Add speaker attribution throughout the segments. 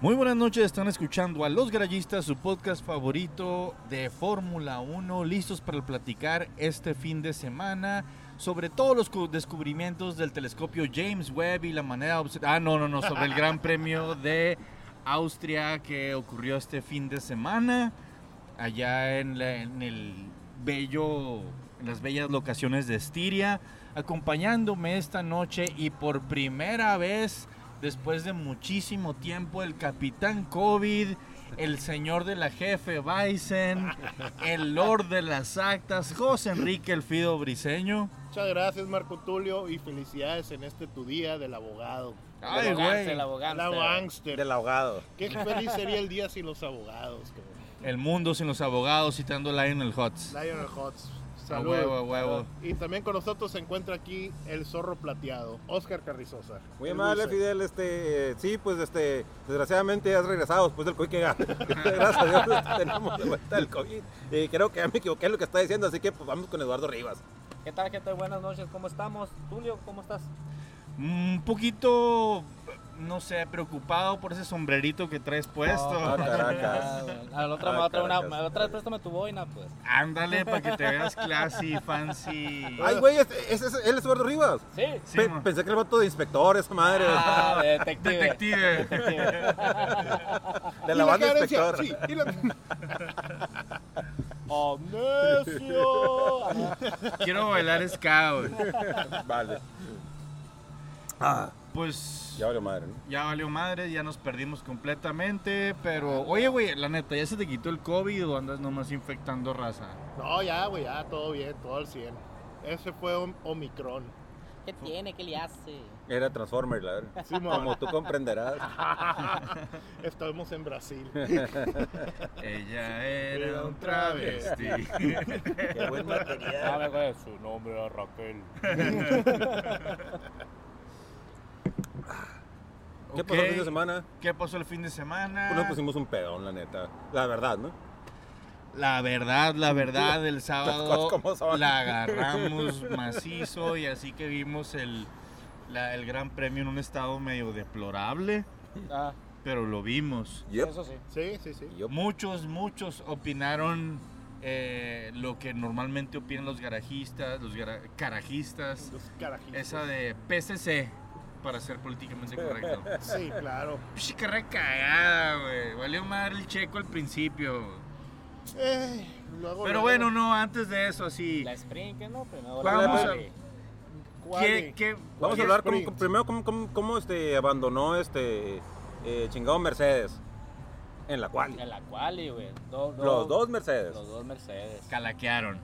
Speaker 1: Muy buenas noches, están escuchando a Los Grallistas, su podcast favorito de Fórmula 1, listos para platicar este fin de semana sobre todos los cu- descubrimientos del telescopio James Webb y la manera... obs- Ah, no, no, no, sobre el Gran Premio de Austria que ocurrió este fin de semana allá en, la- en el bello, en las bellas locaciones de Estiria, acompañándome esta noche y por primera vez después de muchísimo tiempo el capitán COVID, el señor de la jefe Bison, el lord de las actas, José Enrique El Fido Briseño.
Speaker 2: Muchas gracias, Marco Tulio, y felicidades en este tu día del abogado.
Speaker 1: Ay,
Speaker 3: Gangster,
Speaker 1: güey.
Speaker 3: el abogado.
Speaker 2: Al abogánster.
Speaker 4: Del ahogado.
Speaker 2: Qué feliz sería el día sin los abogados. cabrón.
Speaker 1: El mundo sin los abogados, citando a Lionel Hutz.
Speaker 2: Lionel Hotz.
Speaker 1: A
Speaker 2: Saludos.
Speaker 1: huevo, a huevo.
Speaker 2: Y también con nosotros se encuentra aquí el zorro plateado, Oscar Carrizosa.
Speaker 4: Muy
Speaker 2: El
Speaker 4: amable,
Speaker 2: Wizard.
Speaker 4: Fidel. Este, eh, sí, pues este, desgraciadamente has regresado después del COVID que ganó. Gracias a Dios tenemos de vuelta el COVID. Y creo que ya me equivoqué en lo que está diciendo, así que pues, vamos con Eduardo Rivas.
Speaker 3: ¿Qué tal, gente? Buenas noches, ¿cómo estamos? Tulio, ¿cómo estás?
Speaker 1: Un poquito, no sé, preocupado por ese sombrerito que traes
Speaker 3: Ah,
Speaker 1: puesto.
Speaker 4: Caracas.
Speaker 3: A la otra me va a traer una.
Speaker 4: Ah,
Speaker 3: me
Speaker 4: Caracas.
Speaker 3: va a traer, préstame tu boina, pues.
Speaker 1: Ándale, para que te veas classy, fancy.
Speaker 4: Ay, güey, este- ese es- él es Eduardo Rivas.
Speaker 3: Sí.
Speaker 1: Ah. Sí,
Speaker 4: Pe-
Speaker 1: mo.
Speaker 4: pensé que era el vato de inspector, esa madre.
Speaker 3: Ah, detective.
Speaker 1: Detective.
Speaker 4: de
Speaker 2: Y
Speaker 4: la banda
Speaker 2: carencia,
Speaker 4: inspector.
Speaker 2: sí, y la-
Speaker 3: Oh, Omnecio. Ajá.
Speaker 1: Quiero bailar ska, güey.
Speaker 4: Vale. Ah,
Speaker 1: Pues
Speaker 4: ya valió madre, ¿no?
Speaker 1: ya valió madre, ya nos perdimos completamente, pero oye, güey, la neta, ¿ya se te quitó el COVID o andas nomás infectando raza?
Speaker 2: No, ya, güey, ya, todo bien, todo al 100. Ese fue un Omicron.
Speaker 3: ¿Qué tiene? ¿Qué le hace?
Speaker 4: Era Transformer, la verdad.
Speaker 2: Simón,
Speaker 4: Como tú comprenderás.
Speaker 2: estamos en Brasil.
Speaker 1: Ella
Speaker 2: era un travesti.
Speaker 4: Qué buen material.
Speaker 3: me acuerdo. Su nombre era Raquel.
Speaker 4: ¿Qué pasó el fin de semana?
Speaker 1: ¿Qué pasó el fin de semana?
Speaker 4: Pues nos pusimos un pedón, la neta. La verdad, ¿no?
Speaker 1: La verdad, la verdad, el sábado
Speaker 4: cosas como son.
Speaker 1: la agarramos macizo y así que vimos el, la- el Gran Premio en un estado medio deplorable,
Speaker 3: Ah,
Speaker 1: pero lo vimos.
Speaker 3: eso sí.
Speaker 2: Sí, sí, sí.
Speaker 4: Yup.
Speaker 1: Muchos, muchos opinaron eh, lo que normalmente opinan los garajistas, los gara- carajistas,
Speaker 2: Los carajitos.
Speaker 1: esa de PCC, para ser políticamente correcto.
Speaker 2: Sí, claro.
Speaker 1: Pinche carrera cagada, güey. Valió madre el checo al principio.
Speaker 2: Eh, luego,
Speaker 1: Pero
Speaker 2: luego,
Speaker 1: bueno, no, antes de eso, así.
Speaker 3: La sprint, ¿qué no? Primero
Speaker 1: Vamos
Speaker 3: la
Speaker 4: a-
Speaker 3: rally.
Speaker 2: ¿cuál,
Speaker 1: ¿Qué,
Speaker 2: güey?
Speaker 1: qué-
Speaker 4: Vamos
Speaker 2: Oye,
Speaker 4: a hablar cómo-
Speaker 2: sprint.
Speaker 4: primero cómo, cómo- cómo, este, abandonó este eh, chingado Mercedes en la cual.
Speaker 3: En la quali, güey. Do- do-
Speaker 4: Los dos Mercedes.
Speaker 3: Los dos Mercedes.
Speaker 1: Calaquearon.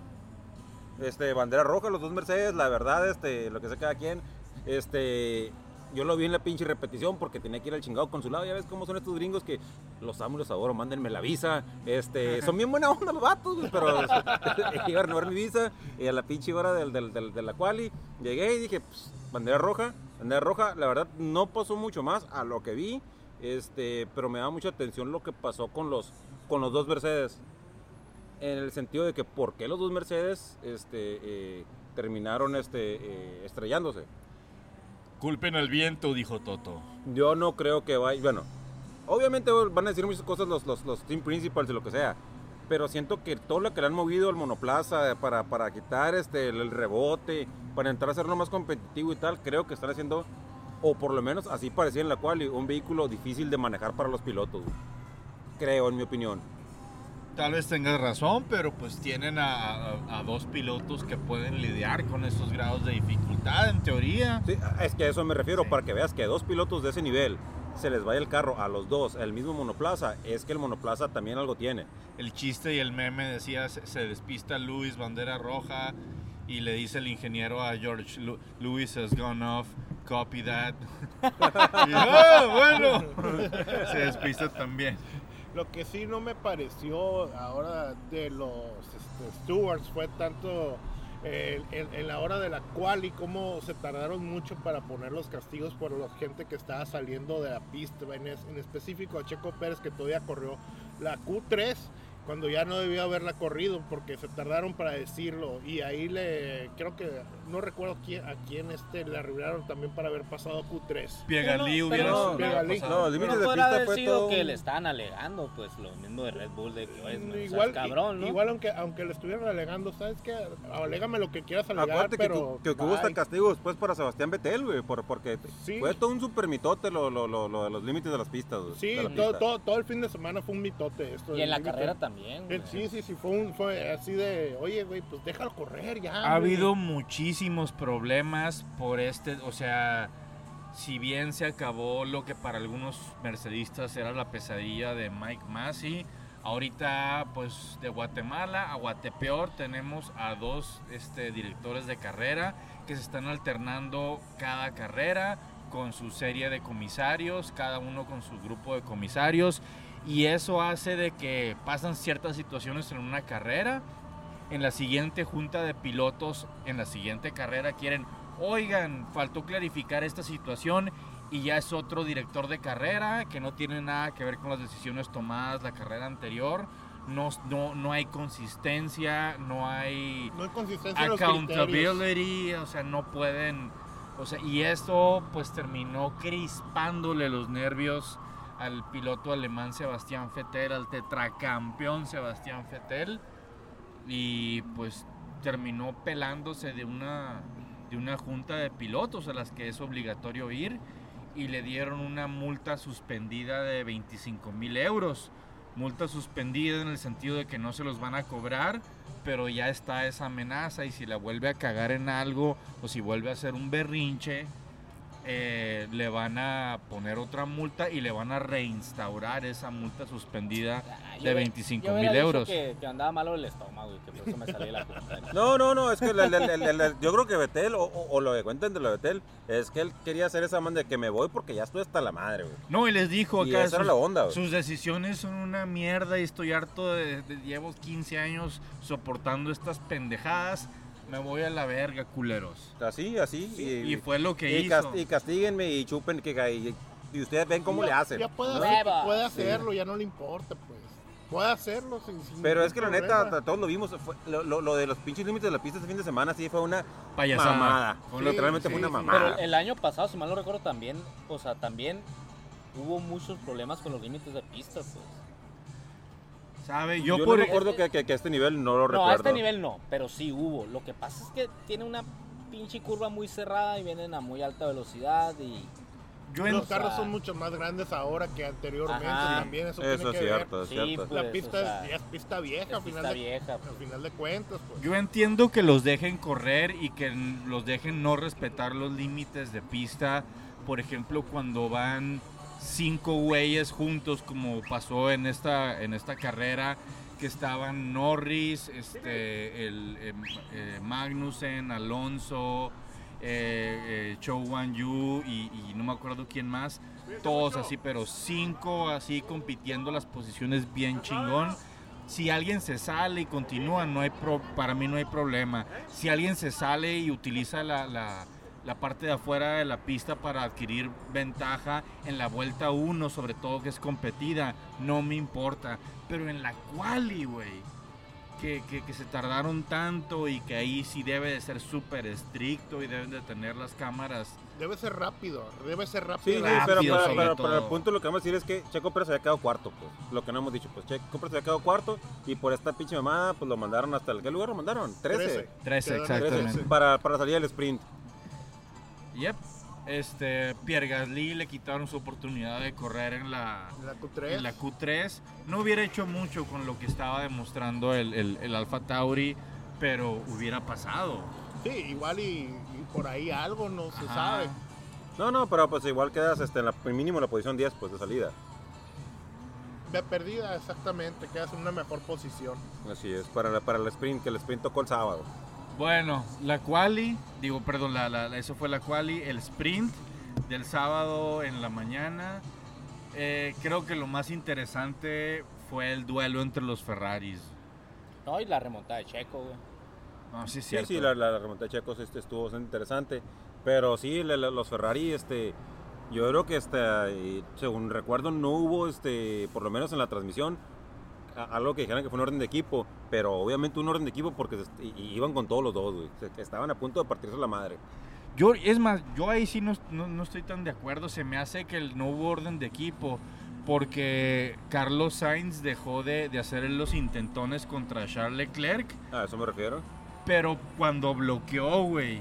Speaker 4: Este, bandera roja, los dos Mercedes, la verdad, este, lo que sé cada quien. Este, yo lo vi en la pinche repetición porque tenía que ir al chingado consulado. Ya ves cómo son estos gringos que los amo y los adoro, mándenme la visa. Este, son bien buena onda los vatos, güey, pero iba a renovar mi visa. Y a la pinche hora del, del, del- de la quali, llegué y dije, pues, bandera roja, bandera roja. La verdad, no pasó mucho más a lo que vi. Este, pero me da mucha atención lo que pasó con los, con los dos Mercedes en el sentido de que por qué los dos Mercedes este, eh, terminaron este, eh, estrellándose.
Speaker 1: Culpen al viento, dijo Toto.
Speaker 4: Yo no creo que vaya, bueno, obviamente van a decir muchas cosas los, los, los team principals y lo que sea, pero siento que todo lo que le han movido al monoplaza eh, para, para quitar este, el, el rebote, para entrar a hacerlo más competitivo y tal, creo que están haciendo, o por lo menos así parecía en la cual, un vehículo difícil de manejar para los pilotos. Creo, en mi opinión.
Speaker 1: Tal vez tengas razón, pero pues tienen a, a- a dos pilotos que pueden lidiar con esos grados de dificultad, en teoría.
Speaker 4: Sí, es que a eso me refiero,
Speaker 1: Sí.
Speaker 4: para que veas que dos pilotos de ese nivel se les vaya el carro a los dos, el mismo monoplaza, es que el monoplaza también algo tiene.
Speaker 1: El chiste y el meme decía, se se despista Luis, bandera roja, y le dice el ingeniero a George, "Lu- Luis has gone off, copy that. Y, "Ah, bueno! Se despista también.
Speaker 2: Lo que sí no me pareció ahora de los este, stewards fue tanto eh, en, en la hora de la cual y cómo se tardaron mucho para poner los castigos por la gente que estaba saliendo de la pista, en, es- en específico a Checo Pérez que todavía corrió la Q3 cuando ya no debió haberla corrido porque se tardaron para decirlo y ahí le creo que no recuerdo quién, a quién este le arruinaron también para haber pasado Q3.
Speaker 1: Piegalí hubiera
Speaker 3: Pero no, pero
Speaker 4: no,
Speaker 1: hubiera
Speaker 2: Piegalí,
Speaker 1: pasado.
Speaker 4: No, límites de
Speaker 3: no podrá
Speaker 4: pista
Speaker 3: haber
Speaker 4: fue
Speaker 3: sido
Speaker 4: todo.
Speaker 3: que
Speaker 4: un-
Speaker 3: le están alegando, pues lo mismo de Red Bull de que oye, no seas
Speaker 2: Mm, igual,
Speaker 3: Pues, cabrón, ¿no?
Speaker 2: igual aunque aunque le estuvieran alegando, ¿sabes qué? Alégame lo que quieras alegar,
Speaker 4: Acuérdate que,
Speaker 2: pero
Speaker 4: tu- que, que hubo hasta
Speaker 2: bye.
Speaker 4: castigo después para Sebastián Vettel, güey, por, porque te-
Speaker 2: Sí.
Speaker 4: fue todo un super mitote lo, lo, lo, lo de los límites de las pistas, güey,
Speaker 2: Sí,
Speaker 4: de la
Speaker 2: todo,
Speaker 4: pista.
Speaker 2: todo, todo el fin de semana fue un mitote esto
Speaker 3: y
Speaker 2: del
Speaker 3: en la
Speaker 2: límite.
Speaker 3: carrera también.
Speaker 2: Eh,
Speaker 3: güey.
Speaker 2: Sí, sí, sí, fue, un, fue así de, oye, güey, pues déjalo correr ya.
Speaker 1: Ha
Speaker 2: güey".
Speaker 1: habido muchísimos problemas por este, o sea, si bien se acabó lo que para algunos mercedistas era la pesadilla de Mike Massey, ahorita pues de Guatemala a Guatepeor tenemos a dos este, directores de carrera que se están alternando cada carrera con su serie de comisarios, cada uno con su grupo de comisarios y eso hace de que pasan ciertas situaciones en una carrera en la siguiente junta de pilotos, en la siguiente carrera, quieren, oigan, faltó clarificar esta situación y ya es otro director de carrera que no tiene nada que ver con las decisiones tomadas la carrera anterior. No, no, no hay consistencia, no hay
Speaker 2: No hay consistencia en los criterios.
Speaker 1: accountability, o sea, no pueden, o sea, y esto pues terminó crispándole los nervios al piloto alemán Sebastián Vettel, al tetracampeón Sebastián Vettel y pues terminó pelándose de una de una junta de pilotos a las que es obligatorio ir y le dieron una multa suspendida de 25 mil euros. Multa suspendida en el sentido de que no se los van a cobrar, pero ya está esa amenaza y si la vuelve a cagar en algo o si vuelve a hacer un berrinche, eh, le van a poner otra multa y le van a reinstaurar esa multa suspendida
Speaker 3: Ah, yo
Speaker 1: de
Speaker 3: hubiera-
Speaker 1: 25
Speaker 3: yo
Speaker 1: mil
Speaker 3: hubiera dicho
Speaker 1: euros.
Speaker 3: Que, que andaba malo el estómago y que por eso me salí de la cuenta.
Speaker 4: No, no, no, es que el- el- el- el- el- yo creo que Betel, o, o- o lo que cuentan de lo de Betel, es que él quería hacer esa manda de que me voy porque ya estoy hasta la madre, güey.
Speaker 1: No, y les dijo
Speaker 4: Y
Speaker 1: acá
Speaker 4: esa era
Speaker 1: sus-
Speaker 4: la onda, güey.
Speaker 1: Sus decisiones son una mierda y estoy harto de, de- Llevo 15 años soportando estas pendejadas. Me voy a la verga, culeros.
Speaker 4: Así, así. y,
Speaker 1: Y fue lo que
Speaker 4: y
Speaker 1: hizo.
Speaker 4: cast- y castíguenme y chupen que ca- y, y ustedes ven cómo
Speaker 2: Ya-
Speaker 4: le hacen.
Speaker 2: Ya puede,
Speaker 4: ¿no?
Speaker 2: hacer-
Speaker 3: Hueva.
Speaker 2: puede hacerlo, ya no le importa, pues. Puede hacerlo sin, sin
Speaker 4: Pero
Speaker 2: ningún
Speaker 4: es que la
Speaker 2: problema.
Speaker 4: neta, t- todos lo vimos, fue- lo, lo- lo de los pinches límites de la pista este fin de semana sí fue una
Speaker 1: Payasada.
Speaker 4: mamada. Fue-
Speaker 2: Sí,
Speaker 4: literalmente
Speaker 2: sí,
Speaker 4: fue una
Speaker 2: sí.
Speaker 4: mamada.
Speaker 1: Ah.
Speaker 3: Pero eh, el año pasado, si mal no recuerdo, también, o sea, también hubo muchos problemas con los límites de pista, pues.
Speaker 1: ¿Sabe?
Speaker 4: yo
Speaker 1: Yo, por.
Speaker 4: no me acuerdo que, que- que a este nivel no lo recuerdo.
Speaker 3: No, a este nivel no, pero sí hubo. Lo que pasa es que tiene una pinche curva muy cerrada y vienen a muy alta velocidad y
Speaker 1: yo
Speaker 2: Los
Speaker 1: en-
Speaker 3: o sea-
Speaker 2: carros son mucho más grandes ahora que anteriormente
Speaker 3: Ajá.
Speaker 2: también. Eso,
Speaker 4: Eso
Speaker 2: tiene
Speaker 4: es
Speaker 2: que ver.
Speaker 4: cierto, es
Speaker 3: Sí,
Speaker 4: cierto.
Speaker 3: pues,
Speaker 2: la pista
Speaker 3: o sea,
Speaker 2: es, ya es pista vieja,
Speaker 3: es
Speaker 2: al, final
Speaker 3: pista
Speaker 2: de,
Speaker 3: vieja.
Speaker 2: al final de cuentas, pues.
Speaker 1: Yo entiendo que los dejen correr y que n- los dejen no respetar los límites de pista. Por ejemplo, cuando van cinco güeyes juntos, como pasó en esta, en esta carrera, que estaban Norris, este, el, em, eh, Magnussen, Alonso, eh, eh, Zhou Wan Yu y, y no me acuerdo quién más. Todos así, pero cinco así compitiendo las posiciones bien chingón. Si alguien se sale y continúa, no hay pro- para mí no hay problema. Si alguien se sale y utiliza la, la- la parte de afuera de la pista para adquirir ventaja en la vuelta 1, sobre todo que es competida, no me importa. Pero en la quali, güey, que, que- que se tardaron tanto y que ahí sí debe de ser súper estricto y deben de tener las cámaras.
Speaker 2: Debe ser rápido, debe ser
Speaker 4: Sí,
Speaker 2: rápido.
Speaker 4: sí,
Speaker 2: la-
Speaker 1: Rápido,
Speaker 4: pero, pero,
Speaker 1: sobre
Speaker 4: pero- pero el
Speaker 1: todo.
Speaker 4: punto lo que vamos a decir es que Checo Pérez había quedado cuarto, pues. Lo que no hemos dicho, pues Checo Pérez había quedado cuarto y por esta pinche mamada, pues lo mandaron hasta el. ¿Qué lugar lo mandaron? 13.
Speaker 2: Trece.
Speaker 1: 13,
Speaker 2: Quedaron trece.
Speaker 1: exactamente.
Speaker 4: 13 para, para salir del sprint.
Speaker 1: Yep. Este, Pierre Gasly le quitaron su oportunidad de correr en la,
Speaker 2: la Q3.
Speaker 1: en la Q3. No hubiera hecho mucho con lo que estaba demostrando el, el, el Alfa Tauri, pero hubiera pasado.
Speaker 2: Sí, igual y, y por ahí algo no se
Speaker 1: Ajá.
Speaker 2: sabe.
Speaker 4: No, no, pero pues igual quedas este, en la, mínimo en la posición 10, pues de salida.
Speaker 2: De perdida, exactamente, quedas en una mejor posición.
Speaker 4: Así es, para, la- para el sprint, que el sprint tocó el sábado.
Speaker 1: Bueno, la quali, digo, perdón, la, la- la- eso fue la quali, el sprint del sábado en la mañana. Eh, creo que lo más interesante fue el duelo entre los Ferraris.
Speaker 3: No, y la remontada de Checo, güey.
Speaker 1: No, sí, es
Speaker 4: Sí,
Speaker 1: cierto.
Speaker 4: sí, la, la, la remontada de Checos este, estuvo bastante interesante. Pero sí, la- la- los Ferrari, este, yo creo que este, y según recuerdo, no hubo, este, por lo menos en la transmisión, a- algo que dijeran que fue un orden de equipo, pero obviamente un orden de equipo porque se- i- i- iban con todos los dos, güey. Se- que estaban a punto de partirse la madre.
Speaker 1: Yo, es más, yo ahí sí no, no- no estoy tan de acuerdo. Se me hace que el no hubo orden de equipo. Porque Carlos Sainz dejó de, de hacer los intentones contra Charles Leclerc.
Speaker 4: A eso me refiero.
Speaker 1: Pero cuando bloqueó, güey.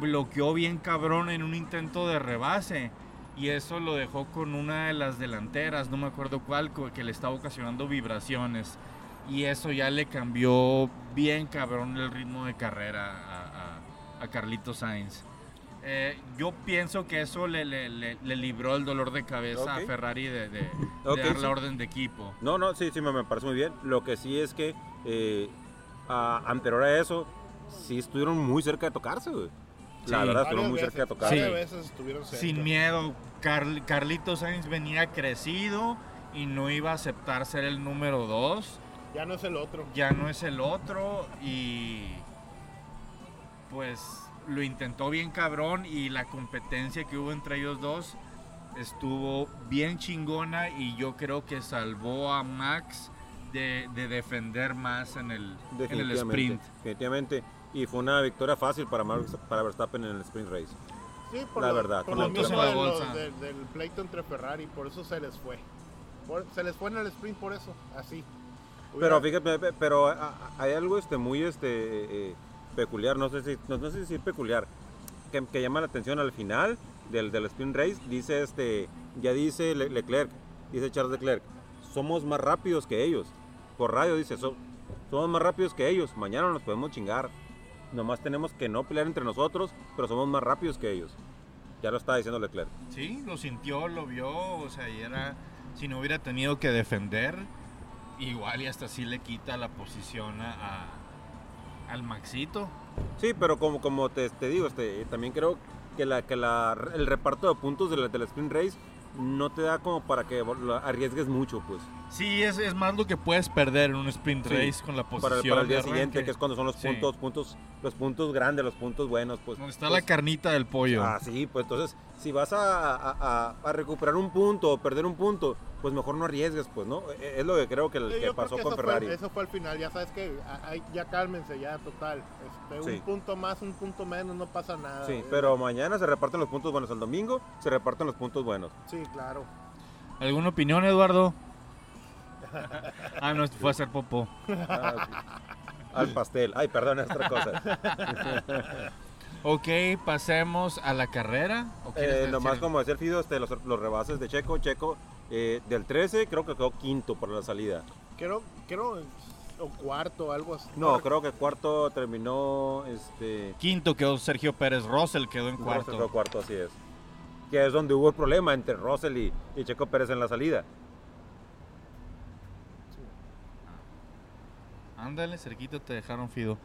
Speaker 1: Bloqueó bien cabrón en un intento de rebase. Y eso lo dejó con una de las delanteras, no me acuerdo cuál, co- que le estaba ocasionando vibraciones. Y eso ya le cambió bien cabrón el ritmo de carrera a, a- a Carlito Sainz. Eh, yo pienso que eso le, le- le- le libró el dolor de cabeza a
Speaker 4: Ok.
Speaker 1: Ferrari de, de- de
Speaker 4: Ok,
Speaker 1: dar
Speaker 4: sí.
Speaker 1: la orden de equipo.
Speaker 4: No, no, sí, sí, me, me parece muy bien. Lo que sí es que eh, a- anterior a eso, sí estuvieron muy cerca de tocarse, güey. La
Speaker 1: Sí.
Speaker 4: verdad,
Speaker 2: Varias
Speaker 4: estuvieron muy cerca de
Speaker 2: veces,
Speaker 4: tocarse.
Speaker 2: varias
Speaker 1: Sí.
Speaker 2: veces estuvieron cerca.
Speaker 1: Sin miedo, Carl- Carlito Sainz venía crecido y no iba a aceptar ser el número 2.
Speaker 2: Ya no es el otro.
Speaker 1: Ya no es el otro y pues lo intentó bien cabrón y la competencia que hubo entre ellos dos estuvo bien chingona y yo creo que salvó a Max de, de defender más en el, en el sprint.
Speaker 4: Definitivamente. Y fue una victoria fácil para, Max- para Verstappen en el sprint race.
Speaker 2: Sí, por
Speaker 4: La
Speaker 2: lo-
Speaker 4: verdad,
Speaker 2: Por
Speaker 4: con
Speaker 2: lo
Speaker 1: puntos
Speaker 2: mismo
Speaker 1: en la
Speaker 2: de los-
Speaker 1: bolsa.
Speaker 2: de- del pleito entre Ferrari, por eso se les fue. Por- se les fue en el sprint por eso, así.
Speaker 4: Pero
Speaker 2: Hubiera-
Speaker 4: fíjate, pe- pero a- a- hay algo este muy este eh, eh, peculiar, no sé si no, no sé si decir peculiar, que, que llama la atención al final del, del sprint race, dice este, ya dice Le- Leclerc, dice Charles Leclerc, somos más rápidos que ellos. Por radio dice, "So- somos más rápidos que ellos, mañana nos podemos chingar. Nomás tenemos que no pelear entre nosotros, pero somos más rápidos que ellos. Ya lo está diciendo Leclerc.
Speaker 1: Sí, lo sintió, lo vio, o sea, y era, si no hubiera tenido que defender, igual y hasta sí le quita la posición a, a- al Maxito.
Speaker 4: Sí, pero como, como te, te digo, este, también creo que, la, que la, el reparto de puntos de la, de la sprint race no te da como para que lo arriesgues mucho, pues.
Speaker 1: Sí, es, es más lo que puedes perder en un sprint
Speaker 4: Sí,
Speaker 1: race con la
Speaker 4: Para,
Speaker 1: posición.
Speaker 4: para el día
Speaker 1: de
Speaker 4: siguiente,
Speaker 1: arranque.
Speaker 4: que es cuando son los
Speaker 1: Sí.
Speaker 4: puntos, puntos, los puntos grandes, los puntos buenos, pues.
Speaker 1: Donde está la
Speaker 4: pues,
Speaker 1: carnita del pollo.
Speaker 4: Ah, sí, pues entonces, si vas a, a- a- a recuperar un punto o perder un punto, pues mejor no arriesgues, pues, ¿no? E- Es lo que creo que,
Speaker 2: Sí, yo
Speaker 4: el, que
Speaker 2: creo
Speaker 4: pasó
Speaker 2: que
Speaker 4: con
Speaker 2: eso fue-
Speaker 4: Ferrari.
Speaker 2: eso fue al final, ya sabes que a- ay, ya cálmense, ya total. Este,
Speaker 4: Sí.
Speaker 2: Un punto más, un punto menos, no pasa nada.
Speaker 4: Sí,
Speaker 2: Eh,
Speaker 4: pero mañana se reparten los puntos buenos. El domingo se reparten los puntos buenos.
Speaker 2: Sí, claro.
Speaker 1: ¿Alguna opinión, Eduardo? ah, no, fue a hacer popó.
Speaker 4: Ah, sí. Al pastel. Ay, perdón, es otra cosa.
Speaker 1: Ok, pasemos a la carrera. ¿o quieres
Speaker 4: Eh,
Speaker 1: decir
Speaker 4: nomás
Speaker 1: algo?
Speaker 4: como decía el Fido, este, los, los rebases de Checo, Checo eh, del 13 creo que quedó quinto por la salida.
Speaker 2: Quiero, quiero, o cuarto, algo así.
Speaker 4: No, creo que cuarto terminó este
Speaker 1: Quinto quedó Sergio Pérez, Russell quedó en cuarto.
Speaker 4: Russell quedó cuarto, así es. Que es donde hubo el problema entre Russell y, y Checo Pérez en la salida.
Speaker 1: Ándale, cerquita te dejaron Fido.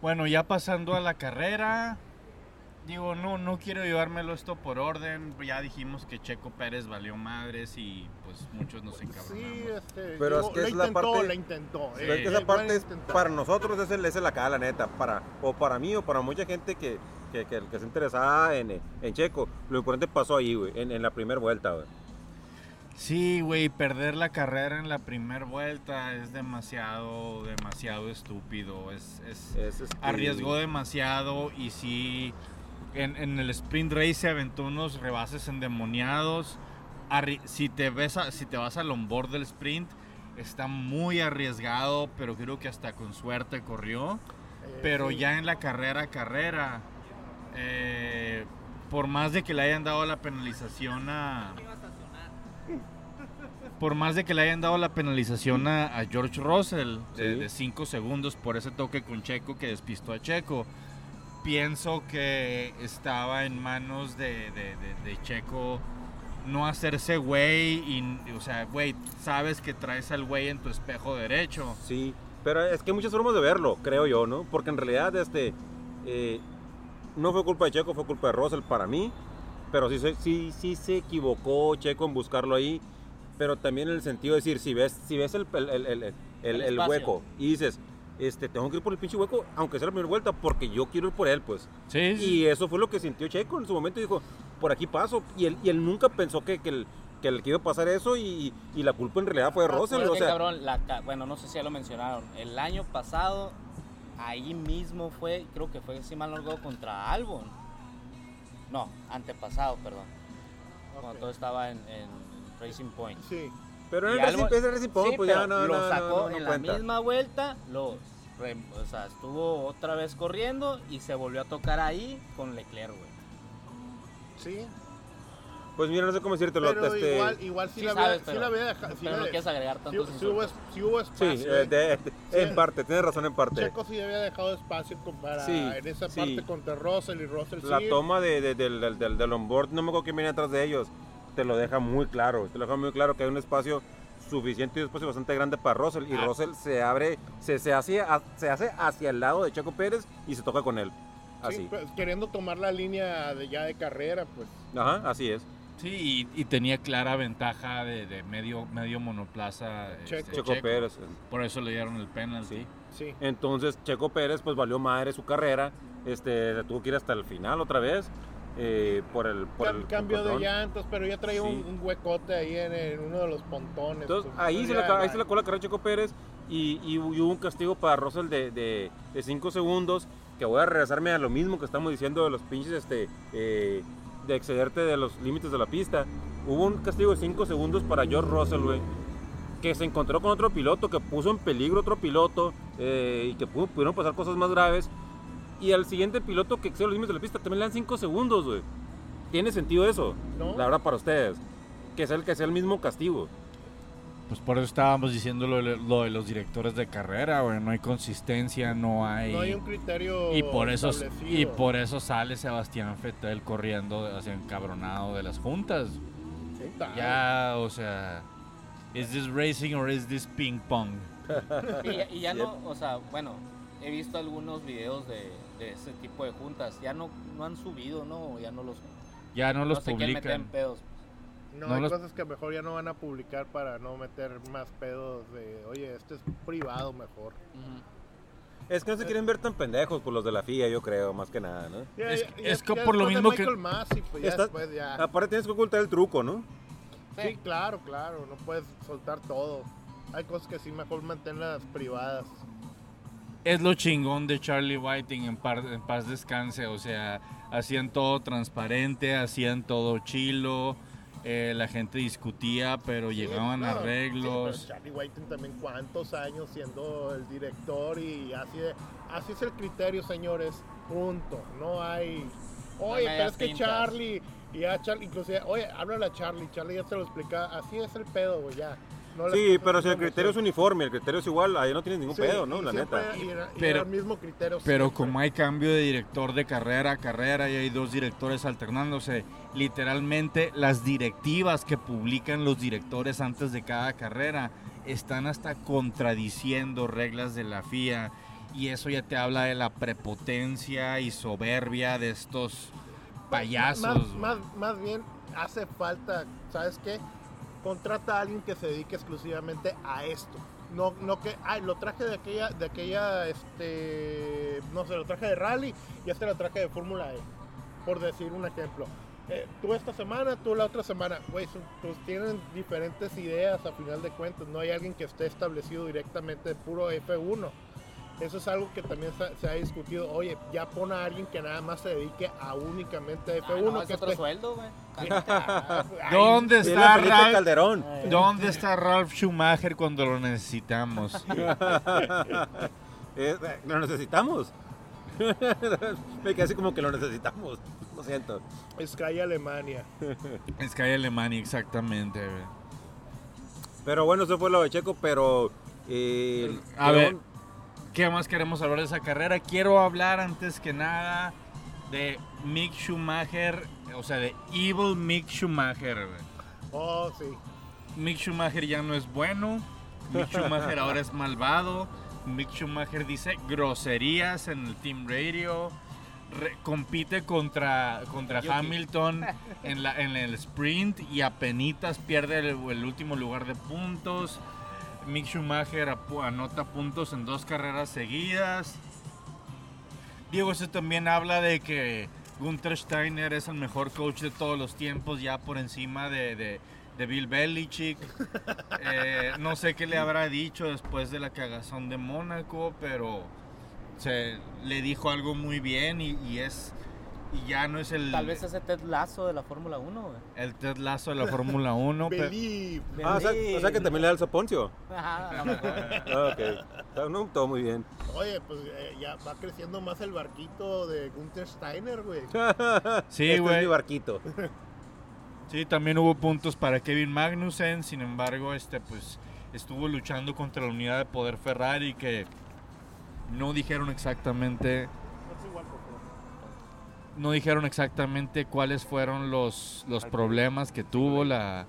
Speaker 1: Bueno, ya pasando a la carrera. Digo, no, no quiero llevármelo esto por orden. Ya dijimos que Checo Pérez valió madres y pues muchos nos
Speaker 2: Sí,
Speaker 1: encabronamos.
Speaker 2: este,
Speaker 4: Pero
Speaker 2: digo,
Speaker 4: es que
Speaker 2: la
Speaker 4: es la
Speaker 2: intentó,
Speaker 4: parte-
Speaker 2: la intentó.
Speaker 1: Sí.
Speaker 2: eh,
Speaker 4: Pero es que
Speaker 2: igual
Speaker 4: esa parte es-
Speaker 2: intentó.
Speaker 4: para nosotros es, el- esa es la cara, la neta. Para, o para mí o para mucha gente que, que, que, que se interesaba en, eh, en Checo. Lo importante pasó ahí, güey, en, en la primera vuelta, güey.
Speaker 1: Sí, güey, perder la carrera en la primera vuelta es demasiado, demasiado estúpido. Es, es,
Speaker 4: Es, este,
Speaker 1: arriesgó demasiado y sí, en, en el sprint race se aventó unos rebases endemoniados. Arri- si, te ves a- si te vas al onboard del sprint, está muy arriesgado, pero creo que hasta con suerte corrió.
Speaker 2: Eh,
Speaker 1: Pero
Speaker 2: sí.
Speaker 1: ya en la carrera, carrera, eh, por más de que le hayan dado la penalización a... Por más de que le hayan dado la penalización a, a George Russell
Speaker 4: Sí.
Speaker 1: de 5 segundos por ese toque con Checo que despistó a Checo, pienso que estaba en manos de, de- de- de Checo no hacerse güey y, o sea, güey, sabes que traes al güey en tu espejo derecho.
Speaker 4: Sí, pero es que hay muchas formas de verlo, creo yo, ¿no? Porque en realidad, este, eh, no fue culpa de Checo, fue culpa de Russell para mí, pero sí, se- sí, sí se equivocó Checo en buscarlo ahí, pero también en el sentido de decir, si ves, si ves el, el- el- el- el- el
Speaker 3: espacio.
Speaker 4: hueco y dices, este, tengo que ir por el pinche hueco, aunque sea la primera vuelta, porque yo quiero ir por él, pues.
Speaker 1: Sí,
Speaker 4: Y eso fue lo que sintió Checo en su momento, dijo, por aquí paso, y él, y él nunca pensó que, que el, que le quiso pasar eso y, y la culpa en realidad fue de Russell.
Speaker 3: Acuérdate,
Speaker 4: O sea,
Speaker 3: cabrón, la ca- bueno, no sé si ya lo mencionaron. El año pasado, ahí mismo fue, creo que fue, si mal no recuerdo, contra Albon. No, antepasado, perdón. Cuando todo estaba en, en Racing Point.
Speaker 2: Sí.
Speaker 4: pero en
Speaker 3: Y
Speaker 4: el Racing,
Speaker 3: algo-
Speaker 4: ese Racing Point,
Speaker 3: Sí,
Speaker 4: pues
Speaker 3: pero
Speaker 4: ya no,
Speaker 3: lo
Speaker 4: no, no,
Speaker 3: sacó
Speaker 4: no, no
Speaker 3: en
Speaker 4: cuenta.
Speaker 3: la misma vuelta, lo re- o sea, estuvo otra vez corriendo y se volvió a tocar ahí con Leclerc, güey.
Speaker 2: Sí,
Speaker 4: Pues mira, no sé cómo decirte,
Speaker 2: pero
Speaker 4: este,
Speaker 2: igual, igual sí,
Speaker 3: Sí
Speaker 2: la
Speaker 3: sabes,
Speaker 2: había, sí
Speaker 3: pero-
Speaker 2: la había dejado. Sí
Speaker 3: Pero
Speaker 2: la
Speaker 3: no
Speaker 2: de-
Speaker 3: quieres agregar
Speaker 2: sí-
Speaker 3: tantos
Speaker 2: sí hubo,
Speaker 3: insultos.
Speaker 2: sí hubo
Speaker 4: Sí,
Speaker 2: espacio.
Speaker 4: eh, de- de-
Speaker 2: Sí.
Speaker 4: en parte, tienes razón en parte.
Speaker 2: Checo sí había dejado espacio con- para,
Speaker 4: Sí,
Speaker 2: en esa
Speaker 4: sí.
Speaker 2: parte contra Russell y Russell
Speaker 4: La
Speaker 2: sí.
Speaker 4: toma de, de- del, del, del, del onboard, no me acuerdo quién viene atrás de ellos, te lo deja muy claro. Te lo deja muy claro que hay un espacio suficiente y un espacio bastante grande para Russell. Y
Speaker 3: Ah.
Speaker 4: Russell se abre, se, se, hace, a- se hace hacia el lado de Checo Pérez y se toca con él.
Speaker 2: Sí,
Speaker 4: Así.
Speaker 2: pues, queriendo tomar la línea de ya de carrera, pues.
Speaker 4: Ajá, así es.
Speaker 1: Sí, y, y tenía clara ventaja de, de medio, medio monoplaza. este,
Speaker 2: Checo.
Speaker 4: Checo, Pérez.
Speaker 1: Por eso le dieron el penalti.
Speaker 4: Sí.
Speaker 2: Sí.
Speaker 4: Entonces Checo Pérez pues valió madre su carrera. Este, la tuvo que ir hasta el final otra vez. eh, por el, por
Speaker 2: Cam-
Speaker 4: el
Speaker 2: cambio de
Speaker 4: control.
Speaker 2: llantas, pero ya traía un,
Speaker 4: Sí.
Speaker 2: un huecote ahí en, en uno de los pontones.
Speaker 4: Entonces
Speaker 2: pues,
Speaker 4: ahí se, le,
Speaker 2: ya,
Speaker 4: acaba- ahí
Speaker 2: bye.
Speaker 4: se le acabó la carrera a Checo Pérez y, y hu- y hubo un castigo para Russell de 5 segundos. Que voy a regresarme a lo mismo que estamos diciendo de los pinches este, eh, de excederte de los límites de la pista. Hubo un castigo de 5 segundos para George Russell, güey. Que se encontró con otro piloto, que puso en peligro otro piloto eh, y que pudo- pudieron pasar cosas más graves. Y al siguiente piloto que excede los límites de la pista también le dan 5 segundos, güey. ¿Tiene sentido eso?
Speaker 2: ¿No?
Speaker 4: La verdad para ustedes. Que sea el, que sea el mismo castigo.
Speaker 1: Pues por eso estábamos diciendo lo, de- lo de los directores de carrera, güey. No hay consistencia, no hay.
Speaker 2: No hay un criterio
Speaker 1: y por eso y
Speaker 2: establecido.
Speaker 1: por eso sale Sebastián Fettel corriendo hacia encabronado de las juntas.
Speaker 2: Puta,
Speaker 1: Ya, o sea, is this racing or is this ping pong?
Speaker 3: Y, ya- y ya no, o sea, bueno, he visto algunos videos de, de ese tipo de juntas. Ya no, no han subido, ¿no? Ya no los,
Speaker 1: Ya no los
Speaker 3: no se quieren meter en
Speaker 1: publican.
Speaker 3: pedos.
Speaker 2: No,
Speaker 1: no
Speaker 2: hay
Speaker 1: los-
Speaker 2: cosas que mejor ya no van a publicar para no meter más pedos de, oye, este es privado mejor.
Speaker 4: Es que no se quieren ver tan pendejos por los de la FIA, yo creo, más que nada, ¿no?
Speaker 2: Ya-
Speaker 1: Es
Speaker 2: ya-
Speaker 1: que-
Speaker 2: ya-
Speaker 1: es que
Speaker 2: ya
Speaker 1: por lo
Speaker 2: después de
Speaker 1: mismo que-
Speaker 2: Michael Masi, pues, ya
Speaker 4: Estás-
Speaker 2: después ya-
Speaker 4: Aparte tienes que ocultar el truco, ¿no?
Speaker 2: Sí, claro, claro, no puedes soltar todo. Hay cosas que sí mejor manténlas privadas.
Speaker 1: Es lo chingón de Charlie Whiting en, par- en paz descanse, o sea, hacían todo transparente, hacían todo chilo, eh, la gente discutía, pero llegaban
Speaker 2: Sí, no,
Speaker 1: arreglos.
Speaker 2: sí, pero Charlie Whiting también cuántos años siendo el director y así, de- así es el criterio, señores. Punto. No hay. Oye,
Speaker 3: hay
Speaker 2: pero es que
Speaker 3: pintas".
Speaker 2: Charlie. Y ya Charlie, inclusive, oye, háblale a Charlie. Charlie ya se lo explicaba. Así es el pedo, güey, ya. No le
Speaker 4: Sí,
Speaker 2: puse
Speaker 4: pero si el
Speaker 2: ninguna
Speaker 4: criterio es
Speaker 2: emoción.
Speaker 4: uniforme, el criterio es igual, ahí no tienes ningún
Speaker 2: Sí,
Speaker 4: pedo, ¿no?
Speaker 2: y
Speaker 4: La
Speaker 2: siempre-
Speaker 4: neta.
Speaker 2: y era- y
Speaker 1: Pero-
Speaker 2: era el mismo criterio.
Speaker 1: Pero
Speaker 2: siempre.
Speaker 1: como hay cambio de director de carrera a carrera y hay dos directores alternándose, literalmente las directivas que publican los directores antes de cada carrera están hasta contradiciendo reglas de la FIA y eso ya te habla de la prepotencia y soberbia de estos payasos.
Speaker 2: Más,
Speaker 1: güey.
Speaker 2: más, más bien hace falta, ¿sabes qué? Contrata a alguien que se dedique exclusivamente a esto. No, no que, ay, lo traje de aquella, de aquella, este, no sé, lo traje de rally y este lo traje de Fórmula E, por decir un ejemplo. Eh, tú esta semana, tú la otra semana, güey, son- pues tienen diferentes ideas a final de cuentas, no hay alguien que esté establecido directamente de puro F1. Eso es algo que también se, se ha discutido. Oye, ya pon a alguien que nada más se dedique a únicamente a
Speaker 3: Ah,
Speaker 2: F1.
Speaker 3: no, es
Speaker 2: que
Speaker 3: otro
Speaker 2: esté-
Speaker 3: sueldo, güey.
Speaker 2: Ay,
Speaker 1: ¿Dónde
Speaker 4: Es la
Speaker 1: está
Speaker 4: Felipe
Speaker 1: Ralf?
Speaker 4: Calderón.
Speaker 1: ¿Dónde está Ralf Schumacher cuando lo necesitamos?
Speaker 2: Ah.
Speaker 4: Es- eh, lo necesitamos. Me quedé así como que lo necesitamos. Lo siento.
Speaker 2: Sky Alemania.
Speaker 1: Es que hay Alemania, exactamente. güey.
Speaker 4: Pero bueno, eso fue lo de Checo, pero... eh,
Speaker 1: A
Speaker 4: creo-
Speaker 1: ver, ¿Qué más queremos hablar de esa carrera? Quiero hablar antes que nada de Mick Schumacher, o sea, de Evil Mick Schumacher. güey.
Speaker 2: Oh, sí.
Speaker 1: Mick Schumacher ya no es bueno, Mick Schumacher ahora es malvado, Mick Schumacher dice groserías en el Team Radio, re- compite contra, contra
Speaker 3: Yuki.
Speaker 1: Hamilton en, la, en el sprint y apenas pierde el, el último lugar de puntos. Mick Schumacher apu- anota puntos en dos carreras seguidas. Diego, eso también habla de que Gunther Steiner es el mejor coach de todos los tiempos, ya por encima de, de, de Bill Belichick. Eh, no sé qué le habrá dicho después de la cagazón de Mónaco, pero se, le dijo algo muy bien y, y es y ya no es el
Speaker 3: Tal vez ese Ted Lazo de la Fórmula 1, güey.
Speaker 1: el Ted Lazo de la Fórmula 1. pero-
Speaker 2: Believe.
Speaker 4: Ah, o sea, o sea que
Speaker 3: Believe.
Speaker 4: también le da el soponcio.
Speaker 3: Ajá, a lo mejor.
Speaker 4: Ah, ok. Está- no, todo muy bien.
Speaker 2: Oye, pues eh, ya va creciendo más el barquito de Gunther Steiner, güey.
Speaker 1: Ah.
Speaker 4: este
Speaker 1: sí,
Speaker 4: es
Speaker 1: güey.
Speaker 4: mi barquito.
Speaker 1: Sí, también hubo puntos para Kevin Magnussen, sin embargo, este pues estuvo luchando contra la unidad de poder Ferrari que no dijeron exactamente
Speaker 2: Es igual, por favor.
Speaker 1: no dijeron exactamente cuáles fueron los, los problemas que tuvo la,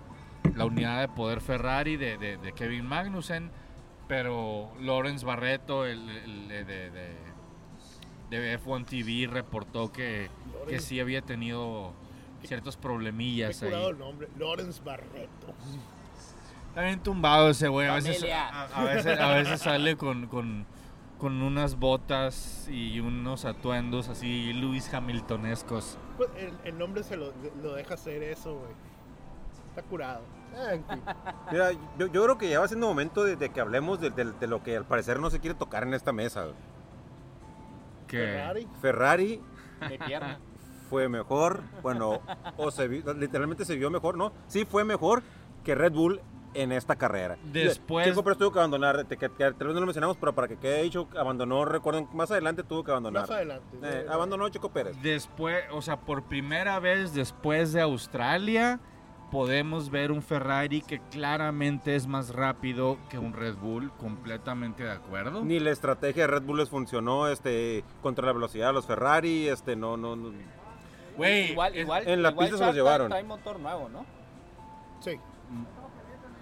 Speaker 1: la unidad de poder Ferrari de, de- de Kevin Magnussen, pero Lawrence Barreto el, el- el de, de- de F1 TV reportó que, que sí había tenido ciertos
Speaker 2: He
Speaker 1: problemillas
Speaker 2: curado
Speaker 1: ahí.
Speaker 2: el nombre. Lawrence Barreto.
Speaker 1: Está bien tumbado ese güey. A veces,
Speaker 3: Familia.
Speaker 1: a, a veces, a veces sale con, con- con unas botas y unos atuendos así Luis Hamiltonescos.
Speaker 2: Pues el, el nombre se lo, lo deja hacer eso, güey. Está curado. Ah, en fin.
Speaker 4: Mira, yo, yo creo que ya va siendo momento de, de que hablemos de, de- de lo que al parecer no se quiere tocar en esta mesa. güey.
Speaker 2: Ferrari.
Speaker 4: Ferrari
Speaker 3: Mi pierna.
Speaker 4: fue mejor, bueno, o se vi- literalmente se vio mejor, ¿no? Sí, fue mejor que Red Bull en esta carrera.
Speaker 1: Después-
Speaker 4: Checo Pérez tuvo que abandonar, te- que- que tal vez no lo mencionamos, pero para que quede dicho, abandonó, recuerden, más adelante tuvo que abandonar.
Speaker 2: Más adelante.
Speaker 4: Eh, abandonó Checo Pérez.
Speaker 1: Después, o sea, por primera vez después de Australia, podemos ver un Ferrari que claramente es más rápido que un Red Bull, completamente de acuerdo.
Speaker 4: Ni la estrategia de Red Bull les funcionó, este, contra la velocidad de los Ferrari, este, no, no, no.
Speaker 1: Güey,
Speaker 3: igual,
Speaker 1: es-
Speaker 3: igual.
Speaker 4: en la
Speaker 3: igual
Speaker 4: pista se los
Speaker 3: Charles
Speaker 4: llevaron.
Speaker 3: Trae motor nuevo, ¿no?
Speaker 2: Sí.
Speaker 1: Mm.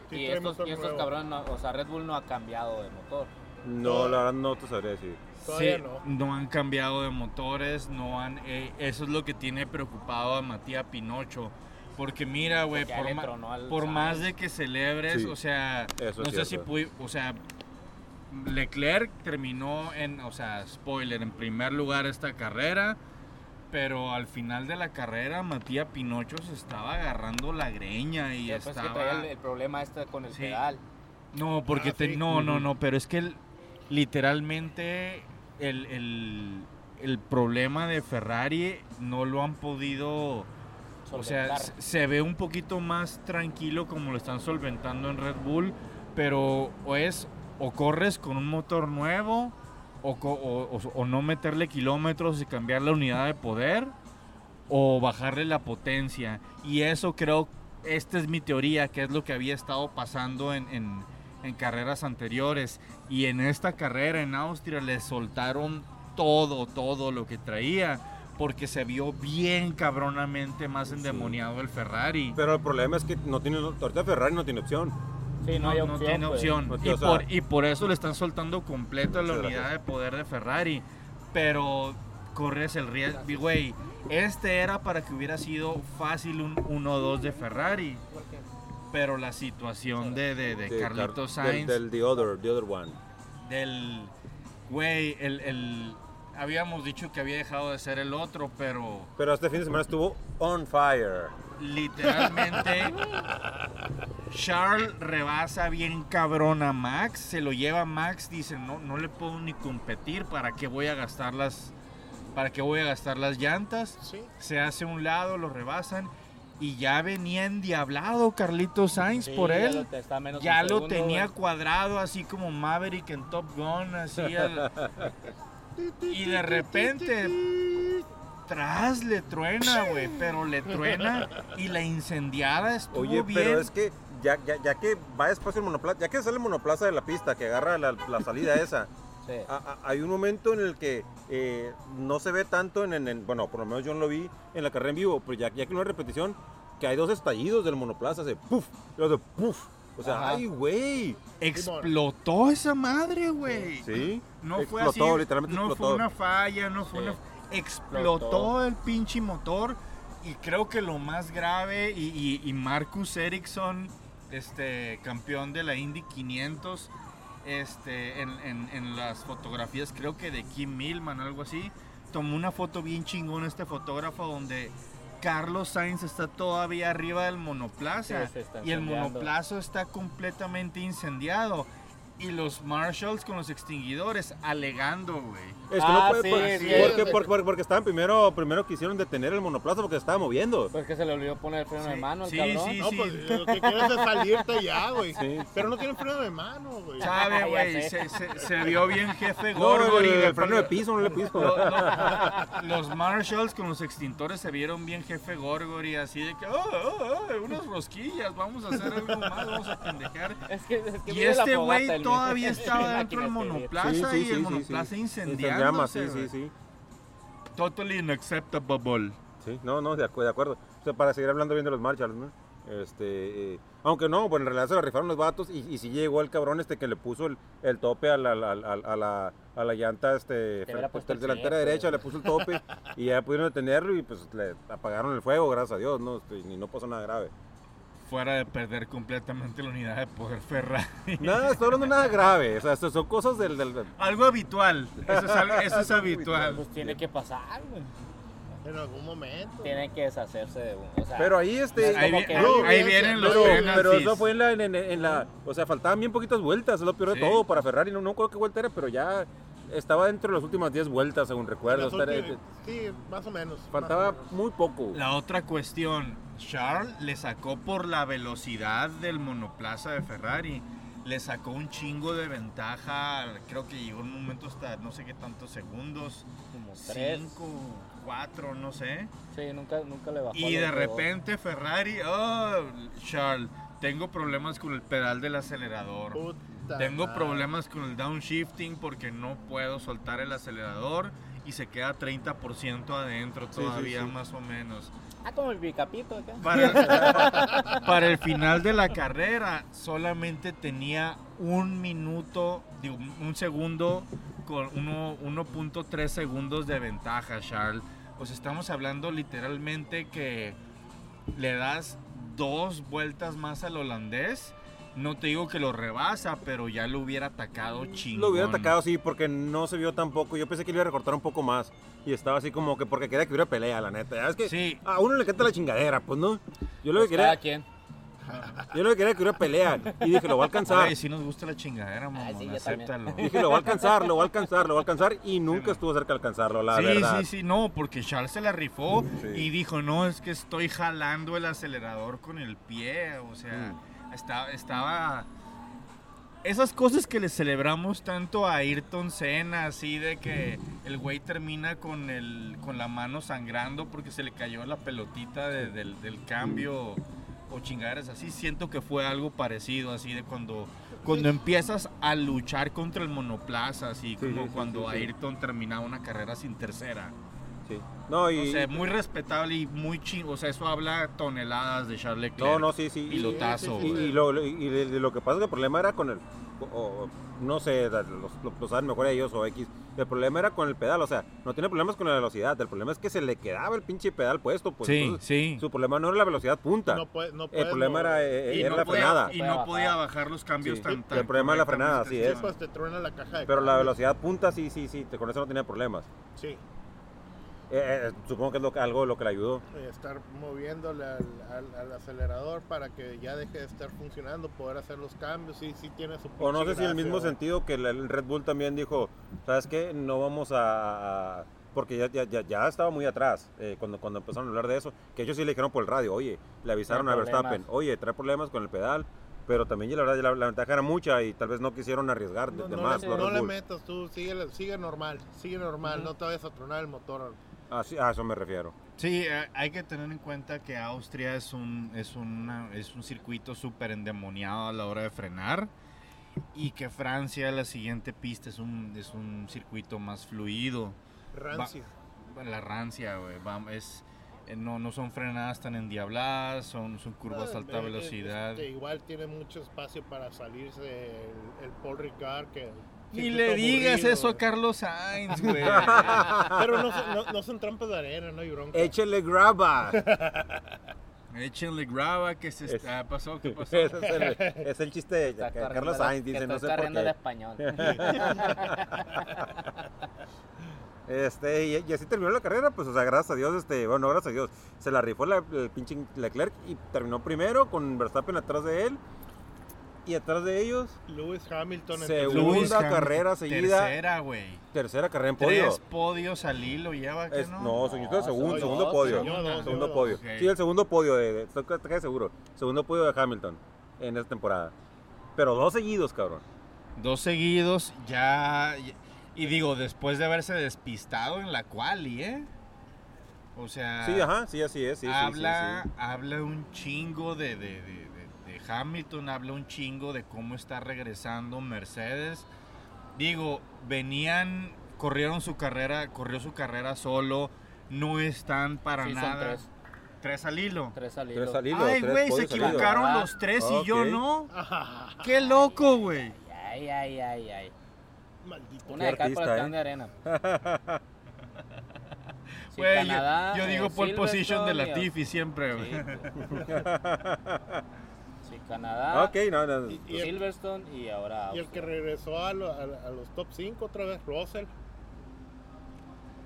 Speaker 2: Sí,
Speaker 3: y
Speaker 2: trae
Speaker 3: estos,
Speaker 2: motor
Speaker 3: y estos
Speaker 2: nuevo.
Speaker 3: cabrones, no- o sea, Red Bull no ha cambiado de motor.
Speaker 4: No, la verdad no te sabría decir.
Speaker 2: Todavía
Speaker 1: sí,
Speaker 2: no.
Speaker 1: han cambiado de motores, no han. eh, eso es lo que tiene preocupado a Matías Pinocho. Porque mira, güey,
Speaker 3: Porque ya
Speaker 1: por,
Speaker 3: le
Speaker 1: ma-
Speaker 3: tronó al
Speaker 1: por
Speaker 3: Sainz.
Speaker 1: más de que celebres,
Speaker 4: Sí,
Speaker 1: o sea,
Speaker 4: eso
Speaker 1: no
Speaker 4: es
Speaker 1: sé si
Speaker 4: cierto.
Speaker 1: pudi- o sea, Leclerc terminó en, o sea, spoiler, en primer lugar esta carrera, pero al final de la carrera Matías Pinocho se estaba agarrando la greña y
Speaker 3: Después
Speaker 1: estaba
Speaker 3: pues, que traía el, el problema este con el
Speaker 1: Sí.
Speaker 3: pedal.
Speaker 1: no, porque
Speaker 2: Ah,
Speaker 1: te-
Speaker 2: sí.
Speaker 1: no, no,
Speaker 4: Ujú.
Speaker 1: no, pero es que el- literalmente el, el- el problema de Ferrari no lo han podido, o sea,
Speaker 3: solventar.
Speaker 1: se- se ve un poquito más tranquilo como lo están solventando en Red Bull, pero o es o corres con un motor nuevo o, co- o- o- o no meterle kilómetros y cambiar la unidad de poder o bajarle la potencia. Y eso creo, esta es mi teoría, que es lo que había estado pasando en, en- en carreras anteriores. Y en esta carrera en Austria le soltaron todo, todo lo que traía. Porque se vio bien cabronamente más endemoniado el Ferrari.
Speaker 4: Pero el problema es que no tiene, ahorita Ferrari no tiene opción.
Speaker 3: sí, no, hay opción.
Speaker 1: tiene
Speaker 3: pues.
Speaker 1: opción.
Speaker 4: Porque,
Speaker 1: Y,
Speaker 4: o sea-
Speaker 1: por, y por eso le están soltando completo a la
Speaker 4: Muchas
Speaker 1: unidad de
Speaker 4: gracias.
Speaker 1: poder de Ferrari. Pero corres el riesgo. Güey, este era para que hubiera sido fácil un 1-2 de Ferrari. Pero la situación de, de, de
Speaker 4: De Car-
Speaker 1: Carlitos
Speaker 4: del-
Speaker 1: Sainz,
Speaker 4: Del, The Other, The Other One.
Speaker 1: del. Güey, el, el- Habíamos dicho que había dejado de ser el otro, pero
Speaker 4: Pero este fin de semana estuvo on fire.
Speaker 1: literalmente. Charles rebasa bien cabrón a Max, se lo lleva Max, dice, no, no le puedo ni competir, ¿para qué voy a gastar las, para qué voy a gastar las llantas?
Speaker 2: Sí.
Speaker 1: Se hace a un lado, lo rebasan y ya venía endiablado Carlitos Sainz
Speaker 3: Sí,
Speaker 1: por
Speaker 3: ya
Speaker 1: él.
Speaker 3: lo te- está a menos de
Speaker 1: Ya
Speaker 3: un
Speaker 1: lo
Speaker 3: segundo,
Speaker 1: tenía
Speaker 3: güey.
Speaker 1: cuadrado así como Maverick en Top Gun, así. al- y de repente, tras le truena, güey, pero le truena y la incendiada estuvo
Speaker 4: Oye,
Speaker 1: bien.
Speaker 4: pero es que ya, ya, ya que va despacio el monoplaza, ya que sale el monoplaza de la pista, que agarra la, la salida esa,
Speaker 3: Sí.
Speaker 4: a- a- hay un momento en el que eh, no se ve tanto, en, en- en- bueno, por lo menos yo no lo vi en la carrera en vivo, pero ya, ya que no hay repetición, que hay dos estallidos del monoplaza, hace puff, y luego de puff. O sea,
Speaker 3: Ajá.
Speaker 4: ay, güey.
Speaker 1: Explotó esa madre, güey.
Speaker 4: Sí.
Speaker 1: No fue así.
Speaker 4: explotó, literalmente
Speaker 1: no
Speaker 4: explotó.
Speaker 1: fue una falla, no fue
Speaker 3: Sí.
Speaker 1: una. Explotó el pinche motor. Y creo que lo más grave, y, y- y Marcus Ericsson, este campeón de la Indy 500, este, en, en- en las fotografías, creo que de Kim Milman, algo así, tomó una foto bien chingona este fotógrafo donde Carlos Sainz está todavía arriba del monoplaza
Speaker 3: Sí, se está
Speaker 1: y el
Speaker 3: incendiando.
Speaker 1: monoplaza está completamente incendiado y los marshals con los extinguidores alegando, güey.
Speaker 4: Es que
Speaker 3: Ah,
Speaker 4: no puede
Speaker 3: sí,
Speaker 4: porque,
Speaker 3: sí.
Speaker 4: porque, porque- porque- porque estaban primero, primero quisieron detener el monoplaza porque se estaba moviendo.
Speaker 3: Pues que se le olvidó poner el freno de
Speaker 1: Sí,
Speaker 3: mano al
Speaker 1: sí,
Speaker 3: cabrón.
Speaker 1: sí.
Speaker 2: No, pues lo que quieres es salirte ya, güey.
Speaker 4: Sí.
Speaker 2: Pero no tienen freno de mano, güey.
Speaker 1: Sabe,
Speaker 3: Ya
Speaker 1: güey,
Speaker 3: sé.
Speaker 1: se, se- se vio bien jefe
Speaker 4: No, el,
Speaker 1: Gorgory.
Speaker 4: el
Speaker 1: del-
Speaker 4: freno de piso, no le piso.
Speaker 1: lo- lo- los marshals con los extintores se vieron bien jefe Gorgory, así de que, oh, oh, oh, unas rosquillas, vamos a hacer algo más, vamos a pendejar.
Speaker 3: Es que, es que
Speaker 1: Y
Speaker 3: mira la
Speaker 1: este
Speaker 3: fogata,
Speaker 1: güey
Speaker 3: el-
Speaker 1: todavía estaba
Speaker 3: la
Speaker 1: dentro del
Speaker 3: máquina de escribir.
Speaker 1: monoplaza y el monoplaza
Speaker 4: sí.
Speaker 1: incendiándose.
Speaker 4: Llama, sí, sí,
Speaker 1: güey.
Speaker 4: sí.
Speaker 1: Totally unacceptable.
Speaker 4: Sí, no, no, de, acu- de acuerdo. O sea, para seguir hablando bien de los Marshalls, ¿no? Este, eh, aunque no, bueno, en realidad se la rifaron los vatos y, y sí llegó el cabrón este que le puso el, el tope a la, la- la- a la, a la llanta este,
Speaker 3: Te hubiera puesto el
Speaker 4: delantera
Speaker 3: pie,
Speaker 4: derecha,
Speaker 3: pues.
Speaker 4: le puso el tope y ya pudieron detenerlo y pues le apagaron el fuego, gracias a Dios, ¿no? Este, y no pasó nada grave.
Speaker 1: Fuera de perder completamente la unidad de poder Ferrari.
Speaker 4: Nada, estoy hablando de nada grave, o sea, esto son cosas del... del- del-
Speaker 1: Algo habitual. Eso es, al- eso es habitual.
Speaker 3: Pues tiene que pasar, güey.
Speaker 2: En algún momento.
Speaker 3: Tiene que deshacerse de uno. O sea,
Speaker 4: Pero ahí este...
Speaker 1: Ahí, vi- ahí- ahí vienen los
Speaker 4: Pero, pero
Speaker 1: penalties.
Speaker 4: eso fue en la, en, en- en la. O sea, faltaban bien poquitas vueltas, es lo peor
Speaker 1: Sí.
Speaker 4: de todo para Ferrari. No, no creo qué vuelta era, pero ya estaba dentro de las últimas 10 vueltas, según recuerdo.
Speaker 2: Las
Speaker 4: Estar-
Speaker 2: últimas- Sí, más o menos. más
Speaker 4: eh, faltaba
Speaker 2: o menos.
Speaker 4: muy poco.
Speaker 1: La otra cuestión, Charles le sacó por la velocidad del monoplaza de Ferrari. Le sacó un chingo de ventaja, creo que llegó un momento hasta no sé qué tantos segundos,
Speaker 3: como tres.
Speaker 1: cinco, cuatro, no sé.
Speaker 3: Sí, nunca, nunca le bajó.
Speaker 1: Y
Speaker 3: los
Speaker 1: de
Speaker 3: dos.
Speaker 1: repente Ferrari, oh, Charles, tengo problemas con el pedal del acelerador.
Speaker 2: Puta
Speaker 1: Tengo
Speaker 2: madre.
Speaker 1: problemas con el downshifting porque no puedo soltar el acelerador y se queda 30% adentro
Speaker 4: Sí, sí,
Speaker 1: todavía
Speaker 4: sí.
Speaker 1: más o menos.
Speaker 3: Ah, como el picapito acá.
Speaker 1: Para, para el final de la carrera solamente tenía un minuto, digo, un segundo con uno- 1.3 segundos de ventaja, Charles. O sea, estamos hablando literalmente que le das dos vueltas más al holandés. No te digo que lo rebasa, pero ya lo hubiera atacado chingón.
Speaker 4: Lo hubiera atacado, sí, porque no se vio tampoco. Yo pensé que le iba a recortar un poco más. Y estaba así como que porque quería que hubiera pelea, la neta. Ya Es que
Speaker 1: Sí.
Speaker 4: a uno le canta la chingadera, pues no. Yo lo
Speaker 3: Pues
Speaker 4: que quería,
Speaker 3: cada quien.
Speaker 4: yo lo que quería que hubiera pelea. Y dije, lo va a alcanzar.
Speaker 1: Güey, sí nos gusta la chingadera, mamón,
Speaker 3: Ah, sí, yo también.
Speaker 1: acéptalo.
Speaker 4: Dije, lo va a alcanzar, lo va a alcanzar, lo va a alcanzar. Y nunca
Speaker 1: man.
Speaker 4: estuvo cerca de alcanzarlo, la
Speaker 1: sí,
Speaker 4: verdad.
Speaker 1: sí, sí, no, porque Charles se la rifó
Speaker 4: Sí.
Speaker 1: y dijo, no, es que estoy jalando el acelerador con el pie, o sea,
Speaker 4: Mm.
Speaker 1: esta- estaba... Esas cosas que le celebramos tanto a Ayrton Senna, así de que el güey termina con, el, con la mano sangrando porque se le cayó la pelotita de- del, del cambio o chingaderas así, siento que fue algo parecido, así de cuando, cuando empiezas a luchar contra el monoplaza, así
Speaker 4: Sí,
Speaker 1: como
Speaker 4: sí, sí,
Speaker 1: cuando
Speaker 4: sí, sí.
Speaker 1: Ayrton terminaba una carrera sin tercera.
Speaker 4: Sí. No, y,
Speaker 1: O sea, muy respetable y muy chingo, o sea, eso habla toneladas de Charles Leclerc.
Speaker 4: No, no, sí, sí. Y,
Speaker 1: Pilotazo,
Speaker 4: y-
Speaker 1: güey.
Speaker 4: y lo, lo- y de- de lo que pasa es que el problema era con el. o- o- no sé, da- los, lo- lo saben mejor ellos o X. El problema era con el pedal, o sea, no tiene problemas con la velocidad. El problema es que se le quedaba el pinche pedal puesto. Pues,
Speaker 1: sí,
Speaker 4: entonces,
Speaker 1: sí.
Speaker 4: Su problema no era la velocidad punta.
Speaker 2: No puede- no puede
Speaker 4: el problema
Speaker 2: mover.
Speaker 4: era, eh,
Speaker 1: Y
Speaker 4: era
Speaker 1: no
Speaker 4: la
Speaker 1: podía-
Speaker 4: frenada.
Speaker 1: Y no podía bajar los cambios
Speaker 4: Sí.
Speaker 1: tan, tan
Speaker 4: El problema de la frenada,
Speaker 1: correctamente,
Speaker 4: así
Speaker 2: Sí,
Speaker 4: es.
Speaker 2: pues te truena la caja de
Speaker 4: Pero la
Speaker 2: cambios.
Speaker 4: velocidad punta, sí, sí, sí. te- Con eso no tenía problemas.
Speaker 2: Sí,
Speaker 4: Eh, eh, supongo que es lo, que- algo de lo que le ayudó.
Speaker 2: eh, estar moviéndole al, al- al acelerador para que ya deje de estar funcionando, poder hacer los cambios, sí, sí tiene su
Speaker 4: O no
Speaker 2: pinche
Speaker 4: sé si en
Speaker 2: gracia,
Speaker 4: el mismo
Speaker 2: güey.
Speaker 4: sentido que el- el Red Bull también dijo, ¿sabes qué? No vamos a... a- porque ya, ya, ya, ya estaba muy atrás eh, cuando, cuando empezaron a hablar de eso, que ellos sí le dijeron por el radio, oye, le avisaron a
Speaker 3: Trae problemas.
Speaker 4: Verstappen, oye, trae problemas con el pedal, pero también ya la verdad ya la, la ventaja era mucha y tal vez no quisieron arriesgar de,
Speaker 2: No,
Speaker 4: de
Speaker 2: no
Speaker 4: más.
Speaker 2: le,
Speaker 4: los
Speaker 2: no
Speaker 4: Red
Speaker 2: le
Speaker 4: Bull.
Speaker 2: metas tú, sigue, sigue normal, sigue normal, no te vayas a tronar el motor.
Speaker 4: Así- Ah, a eso me refiero.
Speaker 1: Sí, eh, hay que tener en cuenta que Austria es un, es una- es un circuito súper endemoniado a la hora de frenar y que Francia, la siguiente pista, es un, es un circuito más fluido.
Speaker 2: Rancio.
Speaker 1: La rancia, güey, va- es, eh, no, no son frenadas tan endiabladas, son, son curvas a
Speaker 2: Ah,
Speaker 1: alta
Speaker 2: eh, eh,
Speaker 1: velocidad.
Speaker 2: este, igual tiene mucho espacio para salirse el, el Paul Ricard que...
Speaker 1: Ni
Speaker 2: circuito
Speaker 1: le digas
Speaker 2: aburrido,
Speaker 1: eso a
Speaker 2: güey.
Speaker 1: Carlos Sainz, güey.
Speaker 2: Pero no, son- no- no son trampas de arena, no hay bronca.
Speaker 4: Échele graba.
Speaker 1: Échenle graba que se
Speaker 4: Es-
Speaker 1: está, pasó, ¿qué pasó?
Speaker 4: Ese es, el, es el chiste de
Speaker 3: Está
Speaker 4: que
Speaker 3: corriendo
Speaker 4: Carlos
Speaker 3: la-
Speaker 4: Sainz,
Speaker 3: que
Speaker 4: dice,
Speaker 3: está
Speaker 4: no sé por
Speaker 3: corriendo el
Speaker 4: qué.
Speaker 3: español.
Speaker 4: Este, y, y así terminó la carrera, pues, o sea, gracias a Dios, este, bueno, gracias a Dios, se la rifó la, el pinche Leclerc y terminó primero con Verstappen atrás de él y atrás de ellos,
Speaker 2: Lewis Hamilton en
Speaker 4: Según-
Speaker 2: tercero.
Speaker 1: Lewis Hamilton,
Speaker 4: carrera seguida.
Speaker 1: Tercera, güey.
Speaker 4: tercera carrera en podio.
Speaker 1: Tres Ah, podios al hilo lleva. ¿qué
Speaker 4: Es- no, señor,
Speaker 3: No,
Speaker 4: segundo,
Speaker 3: soy
Speaker 4: segundo
Speaker 3: dos,
Speaker 4: podio.
Speaker 1: señor, no,
Speaker 4: segundo
Speaker 2: señor.
Speaker 4: podio.
Speaker 1: Ok.
Speaker 4: Sí, el segundo podio, de, de- estoy casi seguro. Segundo podio de Hamilton en esta temporada. Pero dos seguidos, cabrón.
Speaker 1: Dos seguidos, ya. Y digo, después de haberse despistado en la quali, ¿eh? O sea.
Speaker 4: Sí, ajá, sí, así es. Sí, sí, sí,
Speaker 1: Ah. habla,
Speaker 4: sí.
Speaker 1: habla un chingo de, de- de- de- de Hamilton, habla un chingo de cómo está regresando Mercedes. Digo, venían, corrieron su carrera, corrió su carrera solo, no están para
Speaker 3: Sí, son
Speaker 1: nada.
Speaker 3: tres.
Speaker 1: Tres al hilo.
Speaker 3: Tres salidos.
Speaker 4: Tres al hilo,
Speaker 1: Ay,
Speaker 4: tres
Speaker 1: güey, se
Speaker 4: podios al hilo.
Speaker 1: equivocaron
Speaker 3: Ah,
Speaker 1: los tres y yo
Speaker 4: ok.
Speaker 1: no.
Speaker 2: Ajá,
Speaker 1: Qué loco, güey.
Speaker 3: Ay, ay, ay, ay.
Speaker 2: maldito.
Speaker 3: Una de cal
Speaker 4: artista,
Speaker 3: para el
Speaker 4: ¿eh?
Speaker 3: can de arena. Sí,
Speaker 1: Güey, yo-
Speaker 3: Canadá,
Speaker 1: yo,
Speaker 3: en
Speaker 1: digo pole position de
Speaker 3: Silverstone,
Speaker 1: Latifi siempre,
Speaker 3: Sí,
Speaker 1: güey.
Speaker 3: pues. Sí, Canadá,
Speaker 4: Ok, no, no.
Speaker 2: Y- y el-
Speaker 3: Silverstone y ahora
Speaker 2: Y el que regresó a, lo- a- a los top 5 otra vez, Russell.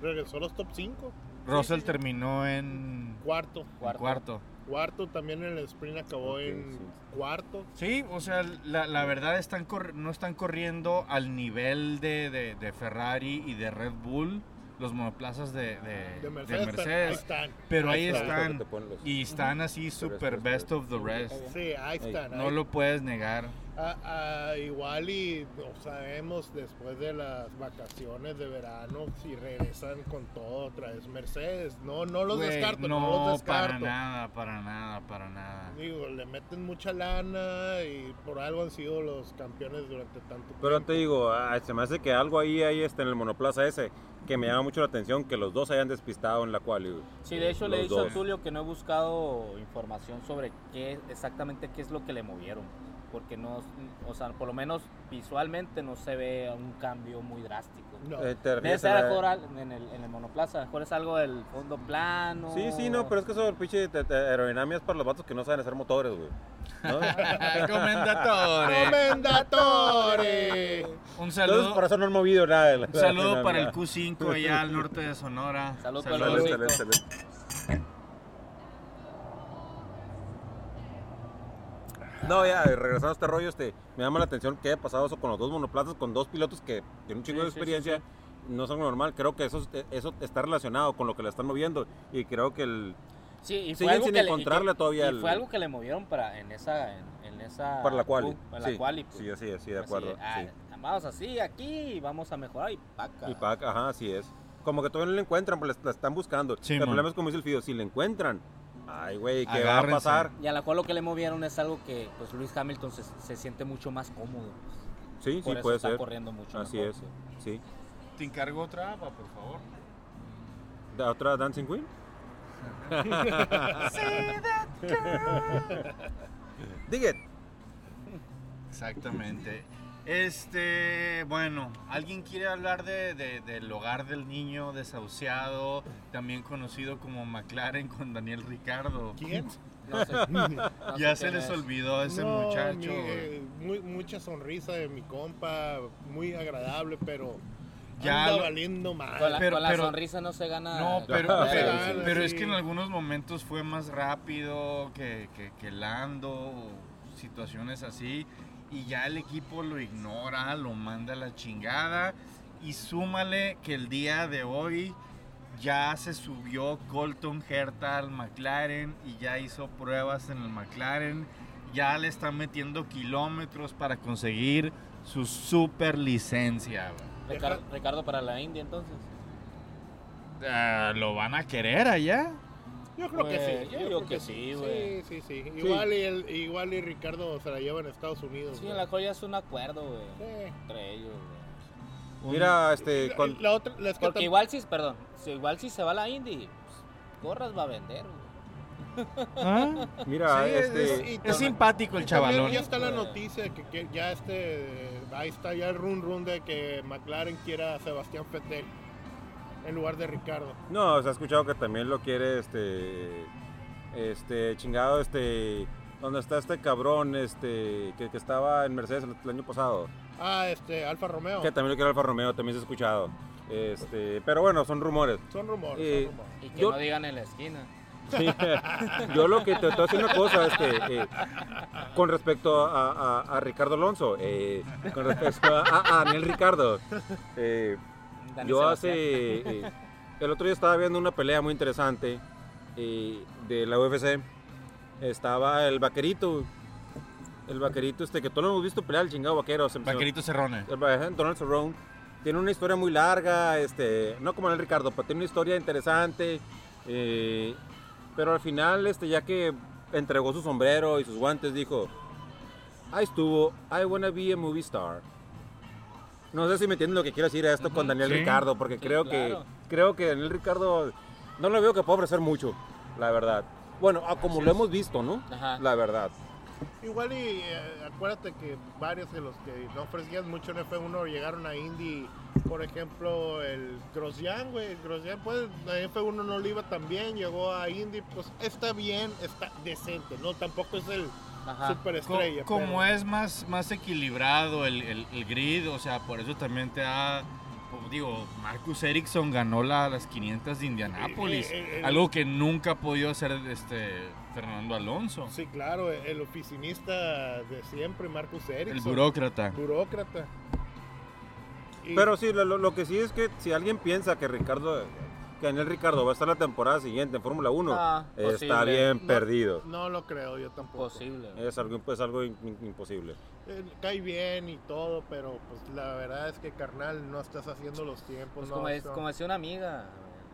Speaker 2: Regresó a los top 5.
Speaker 1: Russell terminó en
Speaker 2: Cuarto.
Speaker 1: cuarto.
Speaker 3: Cuarto.
Speaker 2: Cuarto también en el sprint acabó
Speaker 4: Ok,
Speaker 2: en
Speaker 4: sí.
Speaker 2: cuarto.
Speaker 1: Sí, o sea, la, la verdad están corri- no están corriendo al nivel de, de- de Ferrari y de Red Bull, los monoplazas de, de-
Speaker 2: De
Speaker 1: de
Speaker 2: Mercedes.
Speaker 1: Mercedes,
Speaker 2: pero ahí están.
Speaker 1: pero ahí
Speaker 4: Ahí está,
Speaker 1: están
Speaker 4: te ponen los-
Speaker 1: y están así
Speaker 4: Pero
Speaker 1: super
Speaker 4: esto es-
Speaker 1: best of the rest.
Speaker 2: Sí, ahí
Speaker 4: Ey.
Speaker 2: están.
Speaker 1: No
Speaker 2: ahí-
Speaker 1: lo puedes negar.
Speaker 2: a- a- igual y no sabemos después de las vacaciones de verano si regresan con todo otra vez Mercedes. No, no los
Speaker 1: Güey,
Speaker 2: descarto, no,
Speaker 1: no,
Speaker 2: los
Speaker 1: para
Speaker 2: descarto.
Speaker 1: nada, para nada, para nada.
Speaker 2: Digo, le meten mucha lana y por algo han sido los campeones durante tanto
Speaker 4: Pero
Speaker 2: tiempo.
Speaker 4: te digo, ah, se me hace que algo ahí, ahí está en el monoplaza ese, que me llama mucho la atención que los dos hayan despistado en la quali. güey.
Speaker 3: Sí, de hecho le he
Speaker 4: Los
Speaker 3: dicho a
Speaker 4: dos.
Speaker 3: Tulio que no he buscado información sobre qué exactamente qué es lo que le movieron, porque no, o sea, por lo menos visualmente no se ve un cambio muy drástico.
Speaker 2: No.
Speaker 4: Eh, te
Speaker 3: Debe
Speaker 4: refieres
Speaker 3: ser
Speaker 4: a la-
Speaker 3: mejor al- en el, en el monoplaza, mejor es algo del fondo plano.
Speaker 4: Sí, sí, no, pero es que eso del pinche de- de aerodinámica es para los vatos que no saben hacer motores, güey. ¿No?
Speaker 1: Comendatore.
Speaker 2: Comendatore.
Speaker 1: Un
Speaker 4: Entonces, por
Speaker 1: saludo,
Speaker 4: eso no han movido nada. de la-
Speaker 1: un saludo
Speaker 4: la-
Speaker 1: para
Speaker 4: la-
Speaker 1: el Q5 allá al norte de Sonora.
Speaker 3: Salud para el
Speaker 4: Salud,
Speaker 1: Saludos.
Speaker 3: Q5.
Speaker 4: salud, salud. No, ya, eh, regresando a este rollo, este, me llama la atención que haya pasado eso con los dos monoplazas, con dos pilotos que tienen un chingo
Speaker 3: Sí,
Speaker 4: de
Speaker 3: sí, sí,
Speaker 4: experiencia, no son normal. Creo que eso, eso está relacionado con lo que le están moviendo y creo que el,
Speaker 3: Sí, y fue
Speaker 4: Siguen
Speaker 3: algo
Speaker 4: sin
Speaker 3: que le- y
Speaker 4: encontrarle
Speaker 3: que-
Speaker 4: todavía
Speaker 3: y
Speaker 4: el-
Speaker 3: fue algo que le movieron para en esa en, en esa
Speaker 4: para la cual.
Speaker 3: Q, para la quali, pues.
Speaker 4: Sí, así es, sí, de acuerdo.
Speaker 3: Así, ah,
Speaker 4: sí.
Speaker 3: Vamos así aquí, vamos a mejorar y paca.
Speaker 4: Y pack, ajá, así es. Como que todavía no la encuentran, pero la están buscando.
Speaker 1: Sí,
Speaker 4: el
Speaker 1: mon.
Speaker 4: problema es como dice el Fido, si la encuentran, ay, güey, ¿qué va a
Speaker 1: Agárrense.
Speaker 4: pasar?
Speaker 3: Y a lo mejor lo que le movieron es algo que pues Luis Hamilton se, se siente mucho más cómodo.
Speaker 4: Sí,
Speaker 3: Por
Speaker 4: sí,
Speaker 3: eso
Speaker 4: puede
Speaker 3: está
Speaker 4: ser.
Speaker 3: corriendo mucho
Speaker 4: Así
Speaker 3: mejor.
Speaker 4: es, sí.
Speaker 1: Te encargo otra agua, por favor.
Speaker 4: ¿La otra Dancing Queen? Dig it.
Speaker 1: Exactamente. Este, bueno, ¿alguien quiere hablar de, de- del hogar del niño desahuciado, también conocido como McLaren con Daniel Ricardo?
Speaker 2: ¿Quién?
Speaker 3: No sé- no
Speaker 1: Ya
Speaker 3: sé
Speaker 1: se
Speaker 3: quién
Speaker 1: les
Speaker 3: es.
Speaker 1: olvidó a ese
Speaker 2: No,
Speaker 1: muchacho.
Speaker 2: mi-
Speaker 1: güey.
Speaker 2: eh, muy- mucha sonrisa de mi compa, muy agradable, pero
Speaker 1: Ya
Speaker 2: ya anda
Speaker 1: lo-
Speaker 2: valiendo mal.
Speaker 3: Con la,
Speaker 1: Pero-
Speaker 3: con la
Speaker 1: pero-
Speaker 3: sonrisa no se gana.
Speaker 1: No, pero,
Speaker 4: Claro,
Speaker 1: pero,
Speaker 4: sí.
Speaker 1: pero es que en algunos momentos fue más rápido que, que, que Lando, o situaciones así, y ya el equipo lo ignora, lo manda a la chingada, y súmale que el día de hoy ya se subió Colton Herta al McLaren y ya hizo pruebas en el McLaren, ya le están metiendo kilómetros para conseguir su super licencia.
Speaker 3: Ricardo, Ricardo para la India entonces.
Speaker 1: Ah, ¿Lo van a querer allá?
Speaker 2: Yo creo que
Speaker 3: Güey,
Speaker 2: sí.
Speaker 3: yo digo que sí, güey.
Speaker 2: Sí, sí, sí. Igual, y el- igual y Ricardo se la lleva en Estados Unidos.
Speaker 3: Sí,
Speaker 2: güey.
Speaker 3: en la joya es un acuerdo, güey.
Speaker 2: Sí.
Speaker 3: Entre ellos, güey.
Speaker 4: Mira, este,
Speaker 2: La-
Speaker 4: con-
Speaker 2: la otra, la es que
Speaker 3: Porque
Speaker 2: tam-
Speaker 3: igual si, perdón, si igual si se va a la Indy, pues, gorras va a vender, güey.
Speaker 4: mira,
Speaker 1: Sí, es-
Speaker 4: este,
Speaker 2: y-
Speaker 1: Es simpático el chavalón.
Speaker 2: También ya está la noticia de que, que ya este, ahí está ya el run run de que McLaren quiera a Sebastián Vettel en lugar de Ricardo.
Speaker 4: no, se ha escuchado que también lo quiere, este, este, chingado, este, donde está este cabrón, este, que, que estaba en Mercedes el, el año pasado,
Speaker 2: Ah, este, Alfa Romeo.
Speaker 4: que también lo quiere Alfa Romeo, también se ha escuchado. Este, pero bueno, son rumores.
Speaker 2: Son rumores,
Speaker 4: Eh,
Speaker 2: son rumores.
Speaker 3: Y que
Speaker 4: Yo-
Speaker 3: no digan en la esquina.
Speaker 4: Sí. Yo lo que te estoy haciendo una cosa es que eh, con respecto a, a- a Ricardo Alonso, eh, con respecto a, a- a Daniel Ricardo, eh,
Speaker 3: Dani
Speaker 4: yo hace
Speaker 3: Sebastián.
Speaker 4: eh, el otro día estaba viendo una pelea muy interesante eh, de la UFC. Estaba el vaquerito, el vaquerito este que todos lo hemos visto pelear el chingado vaquero. se- se-
Speaker 1: Vaquerito Cerrone.
Speaker 4: el Brian Donald Cerrone tiene una historia muy larga, este, no como el Ricardo, pero tiene una historia interesante. eh, pero al final, este, ya que entregó su sombrero y sus guantes, dijo, ahí estuvo, I wanna be a movie star. No sé si me entienden lo que quiero decir a esto con Daniel
Speaker 1: sí.
Speaker 4: Ricardo, porque
Speaker 3: Sí,
Speaker 4: creo,
Speaker 3: claro.
Speaker 4: que, creo que Daniel Ricardo no lo veo que pueda ofrecer mucho, la verdad. Bueno, a como lo hemos visto, ¿no?
Speaker 3: Ajá.
Speaker 4: La verdad.
Speaker 2: Igual y eh, acuérdate que varios de los que no ofrecían mucho en F1 llegaron a Indy. Por ejemplo, el Grosjean, güey. El Grosjean, pues, en F1 no le iba tan bien, llegó a Indy. Pues está bien, está decente, ¿no? Tampoco es el
Speaker 3: Ajá.
Speaker 1: Co-
Speaker 2: superestrella.
Speaker 1: como
Speaker 2: pero-
Speaker 1: es más, más equilibrado el, el- el grid, o sea, por eso también te da, como digo, Marcus Ericsson ganó la- las 500 de Indianápolis,
Speaker 2: Eh, eh, eh,
Speaker 1: algo que nunca ha podido hacer este Fernando Alonso,
Speaker 2: Sí, claro, el oficinista de siempre, Marcus Ericsson.
Speaker 1: el burócrata.
Speaker 2: Burócrata. Y-
Speaker 4: Pero sí, lo, lo- lo que sí es que si alguien piensa que Ricardo, que Daniel Ricardo va a estar la temporada siguiente en Fórmula 1,
Speaker 3: Ah,
Speaker 4: está
Speaker 3: posible.
Speaker 4: bien
Speaker 2: No.
Speaker 4: perdido.
Speaker 2: No lo creo yo tampoco.
Speaker 3: Pues Posible.
Speaker 4: Es algo, es algo in- in- imposible.
Speaker 2: Eh, Cae bien y todo, pero pues la verdad es que carnal no estás haciendo los tiempos.
Speaker 3: Pues
Speaker 2: no,
Speaker 3: como, es-
Speaker 2: son-
Speaker 3: como decía una amiga,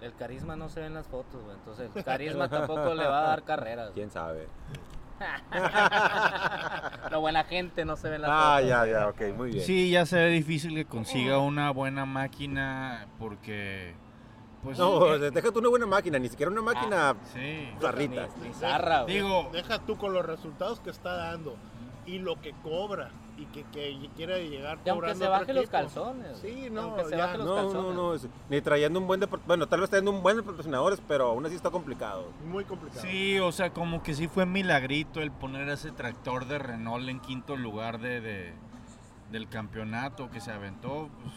Speaker 3: el carisma no se ve en las fotos, güey. Entonces, el carisma tampoco le va a dar carreras.
Speaker 4: ¿Quién sabe?
Speaker 3: La buena gente no se ve en las
Speaker 4: Ah,
Speaker 3: fotos.
Speaker 4: ya, ya, ok, muy bien.
Speaker 1: Sí, ya será difícil que
Speaker 2: Oh.
Speaker 1: consiga una buena máquina porque, pues,
Speaker 4: No,
Speaker 1: eh,
Speaker 4: déjate una buena máquina, ni siquiera una máquina
Speaker 1: sí.
Speaker 4: zarrita.
Speaker 3: Ni, ni zarra, güey.
Speaker 1: Digo,
Speaker 2: Deja tú con los resultados que está dando y lo que cobra y que, que quiere llegar
Speaker 3: Y aunque
Speaker 2: cobrando
Speaker 3: se
Speaker 2: otro
Speaker 3: baje los
Speaker 2: equipo.
Speaker 3: calzones.
Speaker 2: Sí,
Speaker 3: güey.
Speaker 2: no,
Speaker 3: Aunque se
Speaker 2: ya.
Speaker 3: baje los
Speaker 4: No, no,
Speaker 3: calzones.
Speaker 4: no, es- ni trayendo un buen depor- bueno, tal vez trayendo un buen de patrocinadores, pero aún así está complicado.
Speaker 2: Muy complicado.
Speaker 1: Sí, o sea, como que sí fue milagrito el poner a ese tractor de Renault en quinto lugar de, de- del campeonato que se aventó. pues,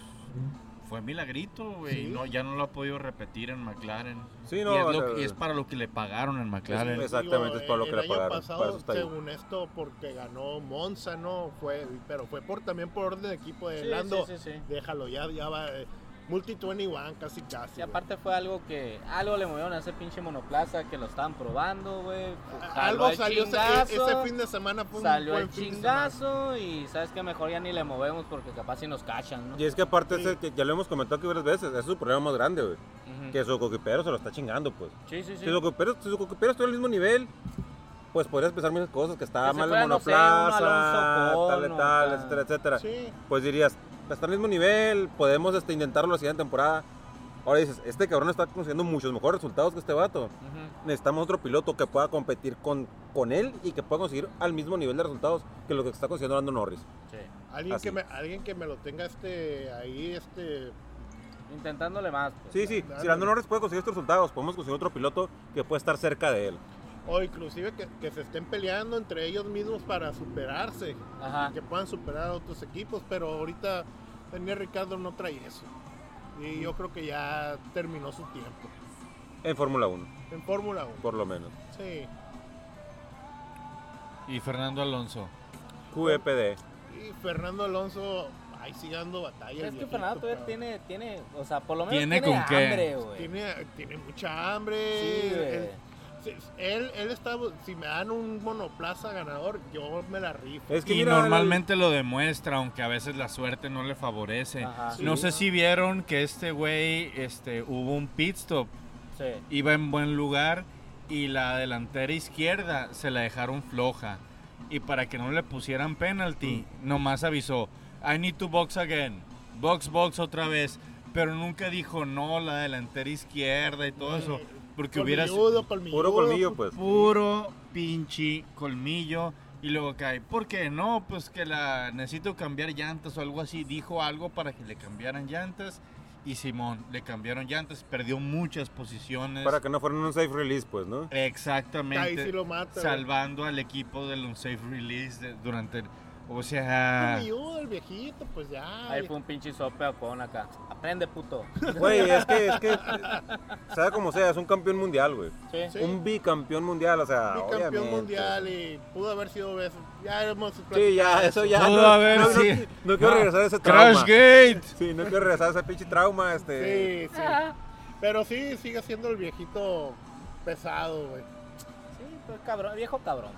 Speaker 1: fue milagrito, güey. y
Speaker 2: Sí.
Speaker 1: No, ya no lo ha podido repetir en McLaren.
Speaker 4: Sí,
Speaker 1: Y
Speaker 4: no,
Speaker 1: es, lo
Speaker 4: o
Speaker 1: que-
Speaker 4: sea,
Speaker 1: y es para lo que le pagaron en McLaren.
Speaker 4: es- Exactamente, es para lo que
Speaker 2: el
Speaker 4: le
Speaker 2: año
Speaker 4: pagaron, para eso
Speaker 2: pasado,
Speaker 4: está ahí.
Speaker 2: según esto, porque ganó Monza, ¿no? Fue, pero fue por también por orden del equipo de
Speaker 3: Sí,
Speaker 2: Lando.
Speaker 3: sí, sí, sí.
Speaker 2: Déjalo, ya, ya va. eh, Multi 21, casi casi.
Speaker 3: Y
Speaker 2: güey.
Speaker 3: aparte fue algo que algo le movieron a ese pinche monoplaza que lo estaban probando, güey. Jaló
Speaker 2: Algo
Speaker 3: el
Speaker 2: salió ese,
Speaker 3: chingazo,
Speaker 2: ese fin de semana. Fue un
Speaker 3: Salió
Speaker 2: buen
Speaker 3: el
Speaker 2: fin de semana.
Speaker 3: chingazo y sabes que mejor ya ni le movemos porque capaz si nos cachan, ¿no?
Speaker 4: y es que aparte,
Speaker 2: Sí.
Speaker 4: ese que ya lo hemos comentado aquí varias veces, ese es su problema más grande, güey.
Speaker 3: Ujú.
Speaker 4: Que su coquipero se lo está chingando, pues.
Speaker 3: Sí, sí, sí.
Speaker 4: Si su copero, si su coquipero estuviera al mismo nivel, pues podrías pensar muchas cosas, que está
Speaker 3: Que se
Speaker 4: mal el
Speaker 3: fuera, no sé, un
Speaker 4: monoplaza,
Speaker 3: Alonso
Speaker 4: tal y
Speaker 3: Con,
Speaker 4: tal,
Speaker 3: o
Speaker 4: etcétera,
Speaker 3: sea.
Speaker 4: etcétera.
Speaker 2: Sí.
Speaker 4: Pues dirías, está al mismo nivel, podemos este, intentarlo la siguiente temporada. Ahora dices, este cabrón está consiguiendo muchos mejores resultados que este vato.
Speaker 3: Ujú.
Speaker 4: Necesitamos otro piloto que pueda competir con, con él y que pueda conseguir al mismo nivel de resultados que lo que está consiguiendo Lando Norris.
Speaker 3: Sí.
Speaker 2: Alguien
Speaker 4: Así.
Speaker 2: que, me, alguien que me lo tenga este ahí, este.
Speaker 3: Intentándole más. pues.
Speaker 4: Sí, sí, si Lando Norris puede conseguir estos resultados, podemos conseguir otro piloto que pueda estar cerca de él.
Speaker 2: O inclusive que, que se estén peleando entre ellos mismos para superarse.
Speaker 3: Ajá.
Speaker 2: Que puedan superar a otros equipos. Pero ahorita Daniel Ricardo no trae eso. Y
Speaker 4: Mm.
Speaker 2: yo creo que ya terminó su tiempo.
Speaker 4: En Fórmula 1,
Speaker 2: En Fórmula 1.
Speaker 4: por lo menos.
Speaker 2: Sí.
Speaker 1: Y Fernando Alonso.
Speaker 4: QEPD.
Speaker 2: Y Fernando Alonso ahí sigue dando batalla. el
Speaker 3: Es que
Speaker 2: viejito,
Speaker 3: Fernando todavía
Speaker 2: cabrón.
Speaker 3: tiene, tiene, o sea, por lo menos
Speaker 1: Tiene
Speaker 3: tiene,
Speaker 1: con qué.
Speaker 3: hambre, güey.
Speaker 2: Tiene, tiene mucha hambre.
Speaker 3: Sí,
Speaker 2: el-
Speaker 3: güey.
Speaker 2: Sí, Él, él está, si me dan un monoplaza ganador, yo me la rifo.
Speaker 4: Es que
Speaker 1: y
Speaker 4: mira,
Speaker 1: normalmente lo demuestra, aunque a veces la suerte no le favorece.
Speaker 3: Ajá.
Speaker 1: No
Speaker 2: Sí.
Speaker 1: sé si vieron que este güey este, hubo un pit stop
Speaker 3: Sí.
Speaker 1: iba en buen lugar y la delantera izquierda se la dejaron floja. Y para que no le pusieran penalty, nomás avisó, I need to box again, box, box otra vez. Pero nunca dijo, no, la delantera izquierda y
Speaker 2: Mm.
Speaker 1: todo eso. Porque hubiera sido
Speaker 2: Colmilludo, colmilludo.
Speaker 4: Puro colmillo, pues.
Speaker 1: puro pinche colmillo. Y luego cae, ¿por qué no? Pues que la necesito cambiar llantas o algo así. Dijo algo para que le cambiaran llantas. Y Simón, le cambiaron llantas, perdió muchas posiciones.
Speaker 4: Para que no fueran un safe release, pues, ¿no?
Speaker 1: Exactamente.
Speaker 2: Ahí sí lo mata. güey.
Speaker 1: salvando al equipo del unsafe release de- durante el- O sea,
Speaker 2: Miudo, el viejito, pues ya.
Speaker 3: Ahí fue un pinche sope a con acá. Aprende, puto.
Speaker 4: Güey, es que, es que, sea como sea, es un campeón mundial, güey.
Speaker 3: Sí.
Speaker 2: Sí.
Speaker 4: Un bicampeón mundial, o sea,
Speaker 2: campeón
Speaker 4: ah, obviamente.
Speaker 2: mundial y pudo haber sido beso. Ya hemos
Speaker 4: Sí, ya, eso ya.
Speaker 1: Pudo haber sido.
Speaker 4: no quiero regresar a ese trauma.
Speaker 1: Crash Gate.
Speaker 4: Sí, no quiero regresar a ese pinche trauma, este.
Speaker 2: Sí, sí. Pero sí, sigue siendo el viejito pesado, güey.
Speaker 3: Sí, pues cabrón, viejo cabrón.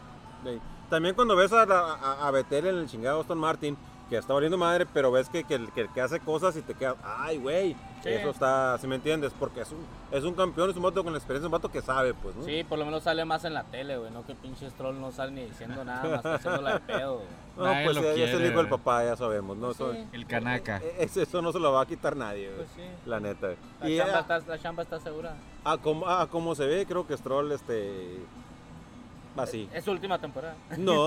Speaker 4: Ey, También cuando ves a, la- a, a Betel en el chingado Aston Martin, que está valiendo madre, pero ves que, que, el- que, el que hace cosas y te quedas, ay, güey,
Speaker 3: Sí.
Speaker 4: eso está, si me entiendes, porque es un, es un campeón, es un vato con la experiencia, es un vato que sabe, pues, ¿no?
Speaker 3: Sí, por lo menos sale más en la tele, güey. No que el pinche troll no sale ni diciendo nada, más que haciéndola de pedo, güey.
Speaker 4: No,
Speaker 1: Nadie
Speaker 4: pues
Speaker 1: lo
Speaker 4: ya, ya es
Speaker 1: quiere,
Speaker 4: el hijo
Speaker 1: güey.
Speaker 4: del papá, ya sabemos, ¿no?
Speaker 3: Pues
Speaker 4: Eso-
Speaker 3: sí.
Speaker 1: El Kanaka.
Speaker 4: e- e- Eso no se lo va a quitar nadie, güey.
Speaker 3: Pues sí.
Speaker 4: La neta. güey.
Speaker 3: La,
Speaker 4: Y
Speaker 3: chamba
Speaker 4: a,
Speaker 3: está, la chamba está segura.
Speaker 4: a como, a como se ve, creo que Stroll, este. Así.
Speaker 3: Es su última temporada.
Speaker 4: No,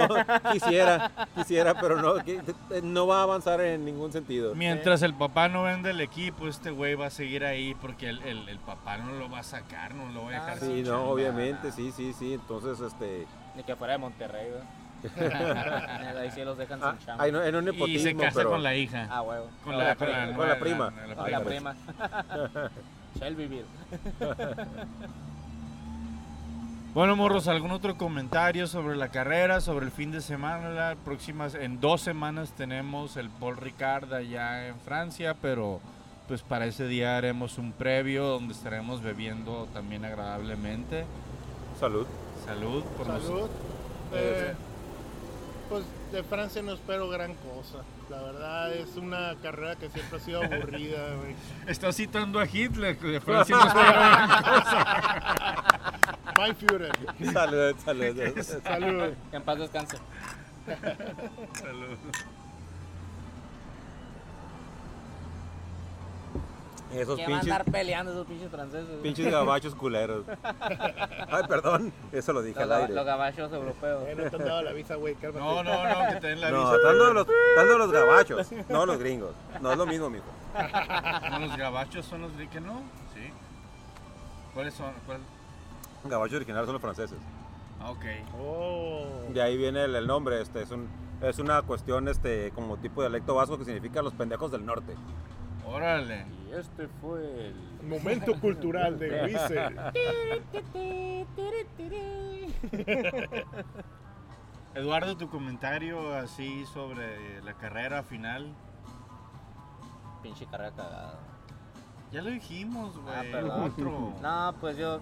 Speaker 4: quisiera, quisiera, pero no, que- eh, no va a avanzar en ningún sentido.
Speaker 1: Mientras el papá no vende el equipo, este güey va a seguir ahí porque el, el- el papá no lo va a sacar, no lo va a
Speaker 3: Ah,
Speaker 1: dejar.
Speaker 4: Sí,
Speaker 1: sin chamba.
Speaker 4: no, obviamente, sí, sí, sí. Entonces, este.
Speaker 3: Ni que fuera de Monterrey, güey. Ahí sí los dejan
Speaker 4: ah,
Speaker 3: sin Pues chamba.
Speaker 4: Hay no- hay un nepotismo,
Speaker 1: Y se casa
Speaker 4: pero-
Speaker 1: con la hija.
Speaker 3: Ah, huevo.
Speaker 1: con,
Speaker 4: con
Speaker 1: la,
Speaker 4: la
Speaker 1: con, la,
Speaker 4: pri-
Speaker 1: nueva-
Speaker 4: con la prima.
Speaker 1: la-
Speaker 4: Con
Speaker 3: Con la
Speaker 1: prima.
Speaker 3: prima. Shelbyville.
Speaker 1: Bueno, morros, ¿algún otro comentario sobre la carrera, sobre el fin de semana? La próxima, en dos semanas tenemos el Paul Ricard allá en Francia, pero pues para ese día haremos un previo donde estaremos bebiendo también agradablemente.
Speaker 4: Salud.
Speaker 1: Salud por los-
Speaker 2: Salud. Eh, pues de Francia no espero gran cosa. La verdad es una carrera que siempre ha sido aburrida, güey.
Speaker 1: Estás citando a Hitler, de Francia no espera
Speaker 2: Bye, Führer.
Speaker 4: Salud, salud.
Speaker 2: Salud.
Speaker 3: Que en paz descanse.
Speaker 4: Esos
Speaker 3: Que van a
Speaker 4: pinches,
Speaker 3: andar peleando esos pinches franceses. güey?
Speaker 4: pinches gabachos culeros. Ay, perdón, eso lo dije
Speaker 3: Los,
Speaker 4: al
Speaker 3: gaba-
Speaker 4: aire.
Speaker 3: los gabachos europeos.
Speaker 2: Eh, no te han dado la visa, güey. Cálmate.
Speaker 1: No, no, no, que te den la
Speaker 4: No,
Speaker 1: visa.
Speaker 4: tanto los, tanto los gabachos, no los gringos. No es lo mismo, mijo.
Speaker 1: No, los gabachos son los de que no. Sí. ¿Cuáles son? ¿Cuál?
Speaker 4: Gabachos originales son los franceses.
Speaker 1: Ah, ok.
Speaker 2: Oh.
Speaker 4: De ahí viene el, el nombre, este, es un... Es una cuestión este, como tipo de dialecto vasco que significa los pendejos del norte.
Speaker 1: Órale.
Speaker 3: Y este fue el.
Speaker 2: Momento cultural de Luis.
Speaker 1: Eduardo, tu comentario así sobre la carrera final.
Speaker 3: Pinche carrera cagada.
Speaker 1: Ya lo dijimos, güey.
Speaker 3: Ah, perdón.
Speaker 1: Otro.
Speaker 3: No, pues yo.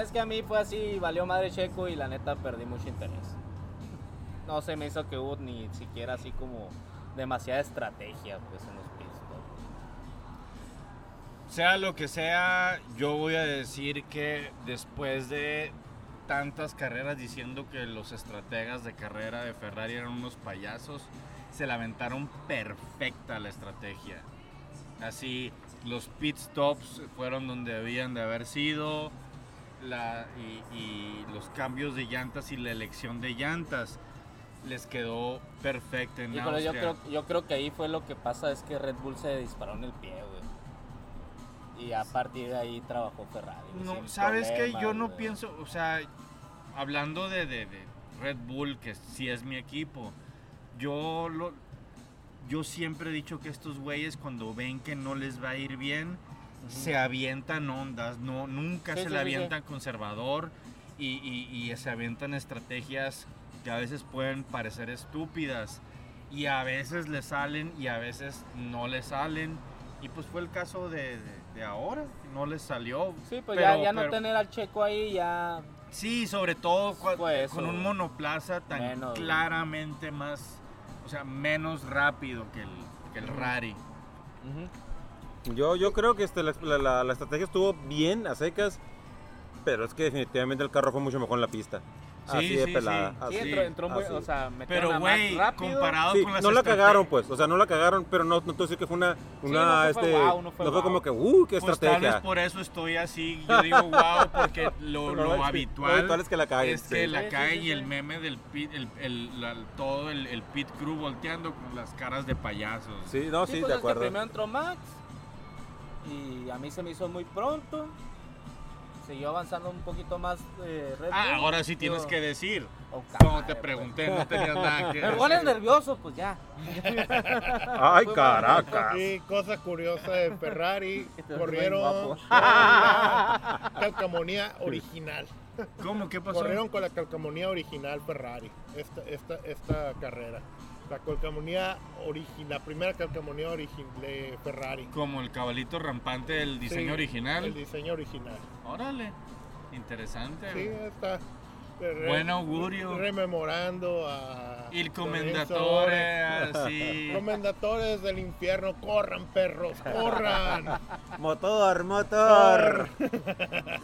Speaker 3: Es que a mí fue así, valió madre checo y la neta perdí mucho interés. No se me hizo que hubo ni siquiera así como demasiada estrategia pues en los pits.
Speaker 1: Sea lo que sea, yo voy a decir que después de tantas carreras diciendo que los estrategas de carrera de Ferrari eran unos payasos, se la aventaron perfecta la estrategia. Así, los pit stops fueron donde debían de haber sido, la- y, y los cambios de llantas y la elección de llantas les quedó perfecta en
Speaker 3: Híjole, yo
Speaker 1: Austria.
Speaker 3: creo, yo creo que ahí fue lo que pasa, es que Red Bull se disparó en el pie, güey. Y a partir de ahí trabajó Ferrari. güey,
Speaker 1: No,
Speaker 3: Pues sin
Speaker 1: sabes que
Speaker 3: problemas,
Speaker 1: yo no
Speaker 3: güey.
Speaker 1: pienso, o sea, hablando de, de- de Red Bull, que sí es mi equipo, yo lo, yo siempre he dicho que estos güeyes cuando ven que no les va a ir bien, se avientan ondas, no, nunca
Speaker 3: Sí,
Speaker 1: se
Speaker 3: sí,
Speaker 1: le
Speaker 3: sí, sí.
Speaker 1: avientan conservador y, y- y se avientan estrategias que a veces pueden parecer estúpidas y a veces le salen y a veces no le salen. Y pues fue el caso de, de- de ahora, no les salió.
Speaker 3: Sí, pues
Speaker 1: Pero-
Speaker 3: ya, ya no
Speaker 1: pero-
Speaker 3: tener al checo ahí, ya
Speaker 1: Sí, sobre todo cua-
Speaker 3: Fue eso,
Speaker 1: con un
Speaker 3: güey.
Speaker 1: monoplaza tan
Speaker 3: Menos, güey.
Speaker 1: claramente más, o sea, menos rápido que el, que el Rari.
Speaker 4: Yo, yo creo que este, la, la- la estrategia estuvo bien a secas, pero es que definitivamente el carro fue mucho mejor en la pista.
Speaker 1: Sí,
Speaker 4: así de
Speaker 1: sí,
Speaker 4: pelada.
Speaker 1: sí.
Speaker 4: así.
Speaker 3: Sí, entró, entró muy,
Speaker 4: así.
Speaker 3: o sea, metieron
Speaker 1: Pero,
Speaker 3: a Max
Speaker 1: güey,
Speaker 3: rápido.
Speaker 1: comparado
Speaker 4: Sí,
Speaker 1: con las
Speaker 4: no la
Speaker 1: estrate-
Speaker 4: cagaron, pues. O sea, no la cagaron, pero no, no te decir que fue una. una,
Speaker 3: no fue
Speaker 4: este,
Speaker 3: guau, no fue guau.
Speaker 4: como que, uh, qué
Speaker 1: Pues tal vez
Speaker 4: estrategia.
Speaker 1: por eso estoy así, yo digo wow, porque lo,
Speaker 4: Pero
Speaker 1: lo
Speaker 4: es que- lo
Speaker 1: habitual,
Speaker 4: habitual es que la caguen,
Speaker 1: es que
Speaker 4: sí.
Speaker 1: la
Speaker 3: Sí, sí,
Speaker 1: cae
Speaker 3: sí,
Speaker 1: y el
Speaker 3: sí.
Speaker 1: meme del pit, el, el- la- todo el, el pit crew volteando con las caras de payasos.
Speaker 4: Sí, no, sí,
Speaker 3: Sí, pues
Speaker 4: de
Speaker 3: es que
Speaker 4: acuerdo.
Speaker 3: primero entró Max y a mí se me hizo muy pronto. Siguió avanzando un poquito más eh, Red
Speaker 1: Ah,
Speaker 3: Bull.
Speaker 1: ahora sí tienes
Speaker 3: Digo,
Speaker 1: que decir,
Speaker 3: Oh, ca-
Speaker 1: Como
Speaker 4: pues.
Speaker 1: te pregunté, no tenías nada que
Speaker 3: Me pones
Speaker 1: decir.
Speaker 3: nervioso, pues ya.
Speaker 4: Ay, caracas.
Speaker 2: Y cosa curiosa de Ferrari,
Speaker 3: Estás
Speaker 2: corrieron
Speaker 3: bien guapo.
Speaker 2: con la calcamonía original.
Speaker 1: ¿Cómo? ¿Qué pasó?
Speaker 2: Corrieron con la calcamonía original Ferrari, esta, esta, esta carrera. La calcamonía original, la primera calcamonía original de Ferrari.
Speaker 1: Como el cabalito rampante del diseño
Speaker 2: Sí,
Speaker 1: original.
Speaker 2: El diseño original.
Speaker 1: Órale, interesante.
Speaker 2: Sí, está. re-
Speaker 1: Buen augurio.
Speaker 2: Rememorando a.
Speaker 1: Y el
Speaker 2: Lorenzo.
Speaker 1: comendatore, así.
Speaker 2: Comendatores del infierno, corran perros, corran.
Speaker 4: Motor, motor.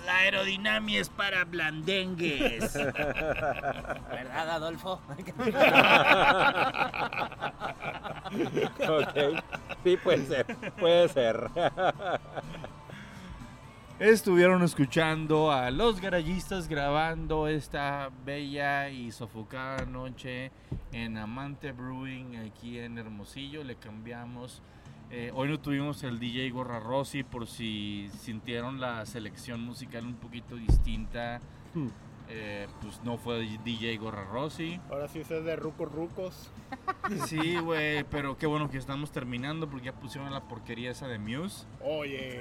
Speaker 1: La aerodinámica es para blandengues.
Speaker 3: ¿Verdad, Adolfo?
Speaker 4: ok. Sí, puede ser. Puede ser.
Speaker 1: Estuvieron escuchando a los garayistas grabando esta bella y sofocada noche en Amante Brewing aquí en Hermosillo. Le cambiamos. eh, hoy no tuvimos el DJ Gorra Rossi por si sintieron la selección musical un poquito distinta.
Speaker 4: Hmm.
Speaker 1: Eh, pues no fue DJ Gorra Rossi.
Speaker 2: Ahora sí se es de rucos rucos.
Speaker 1: Sí, güey, pero qué bueno que estamos terminando porque ya pusieron la porquería esa de Muse.
Speaker 2: Oye,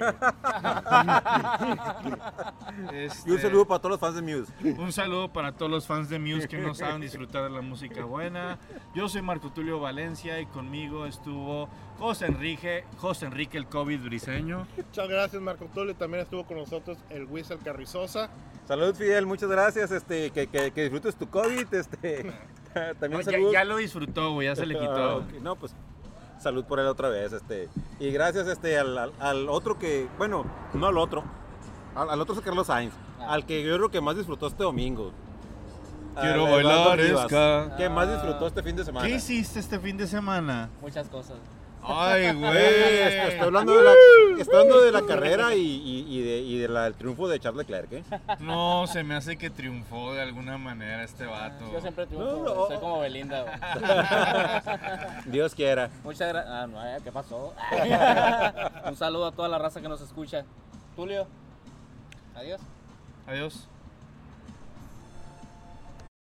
Speaker 1: Este-
Speaker 4: Y un saludo para todos los fans de Muse.
Speaker 1: Un saludo para todos los fans de Muse que no saben disfrutar de la música buena. Yo soy Marco Tulio Valencia y conmigo estuvo José Enrique, José Enrique el COVID briseño.
Speaker 2: muchas gracias Marco Tulio. También estuvo con nosotros el Whistle Carrizosa.
Speaker 4: Salud, Fidel. Muchas gracias. Este, que, que- que disfrutes tu COVID. Este,
Speaker 1: No,
Speaker 4: también
Speaker 1: ya,
Speaker 4: salud.
Speaker 1: ya lo disfrutó, güey, ya se le
Speaker 4: Ah,
Speaker 1: quitó.
Speaker 4: ok. No, pues salud por él otra vez. Este. Y gracias este, al, al- al otro que, bueno, no al otro, al, al otro es Carlos Sainz,
Speaker 3: Ah.
Speaker 4: al que yo creo que más disfrutó este domingo.
Speaker 1: Quiero
Speaker 4: Al Eduardo
Speaker 1: bailar,
Speaker 4: Rivas,
Speaker 1: Esca.
Speaker 4: Que más disfrutó este fin de semana.
Speaker 1: ¿Qué hiciste este fin de semana?
Speaker 3: Muchas cosas.
Speaker 1: Ay,
Speaker 4: Eh, Estoy
Speaker 1: güey.
Speaker 4: hablando de la, estoy hablando de la carrera y, y- y de, y de la- del triunfo de Charles Leclerc. ¿eh?
Speaker 1: No, se me hace que triunfó de alguna manera este vato.
Speaker 3: Yo siempre triunfo,
Speaker 4: No, no.
Speaker 3: güey, soy como Belinda. güey.
Speaker 4: Dios quiera.
Speaker 3: Muchas gracias. Ah, no, eh, ¿qué pasó? Un saludo a toda la raza que nos escucha. Tulio. Adiós.
Speaker 1: Adiós.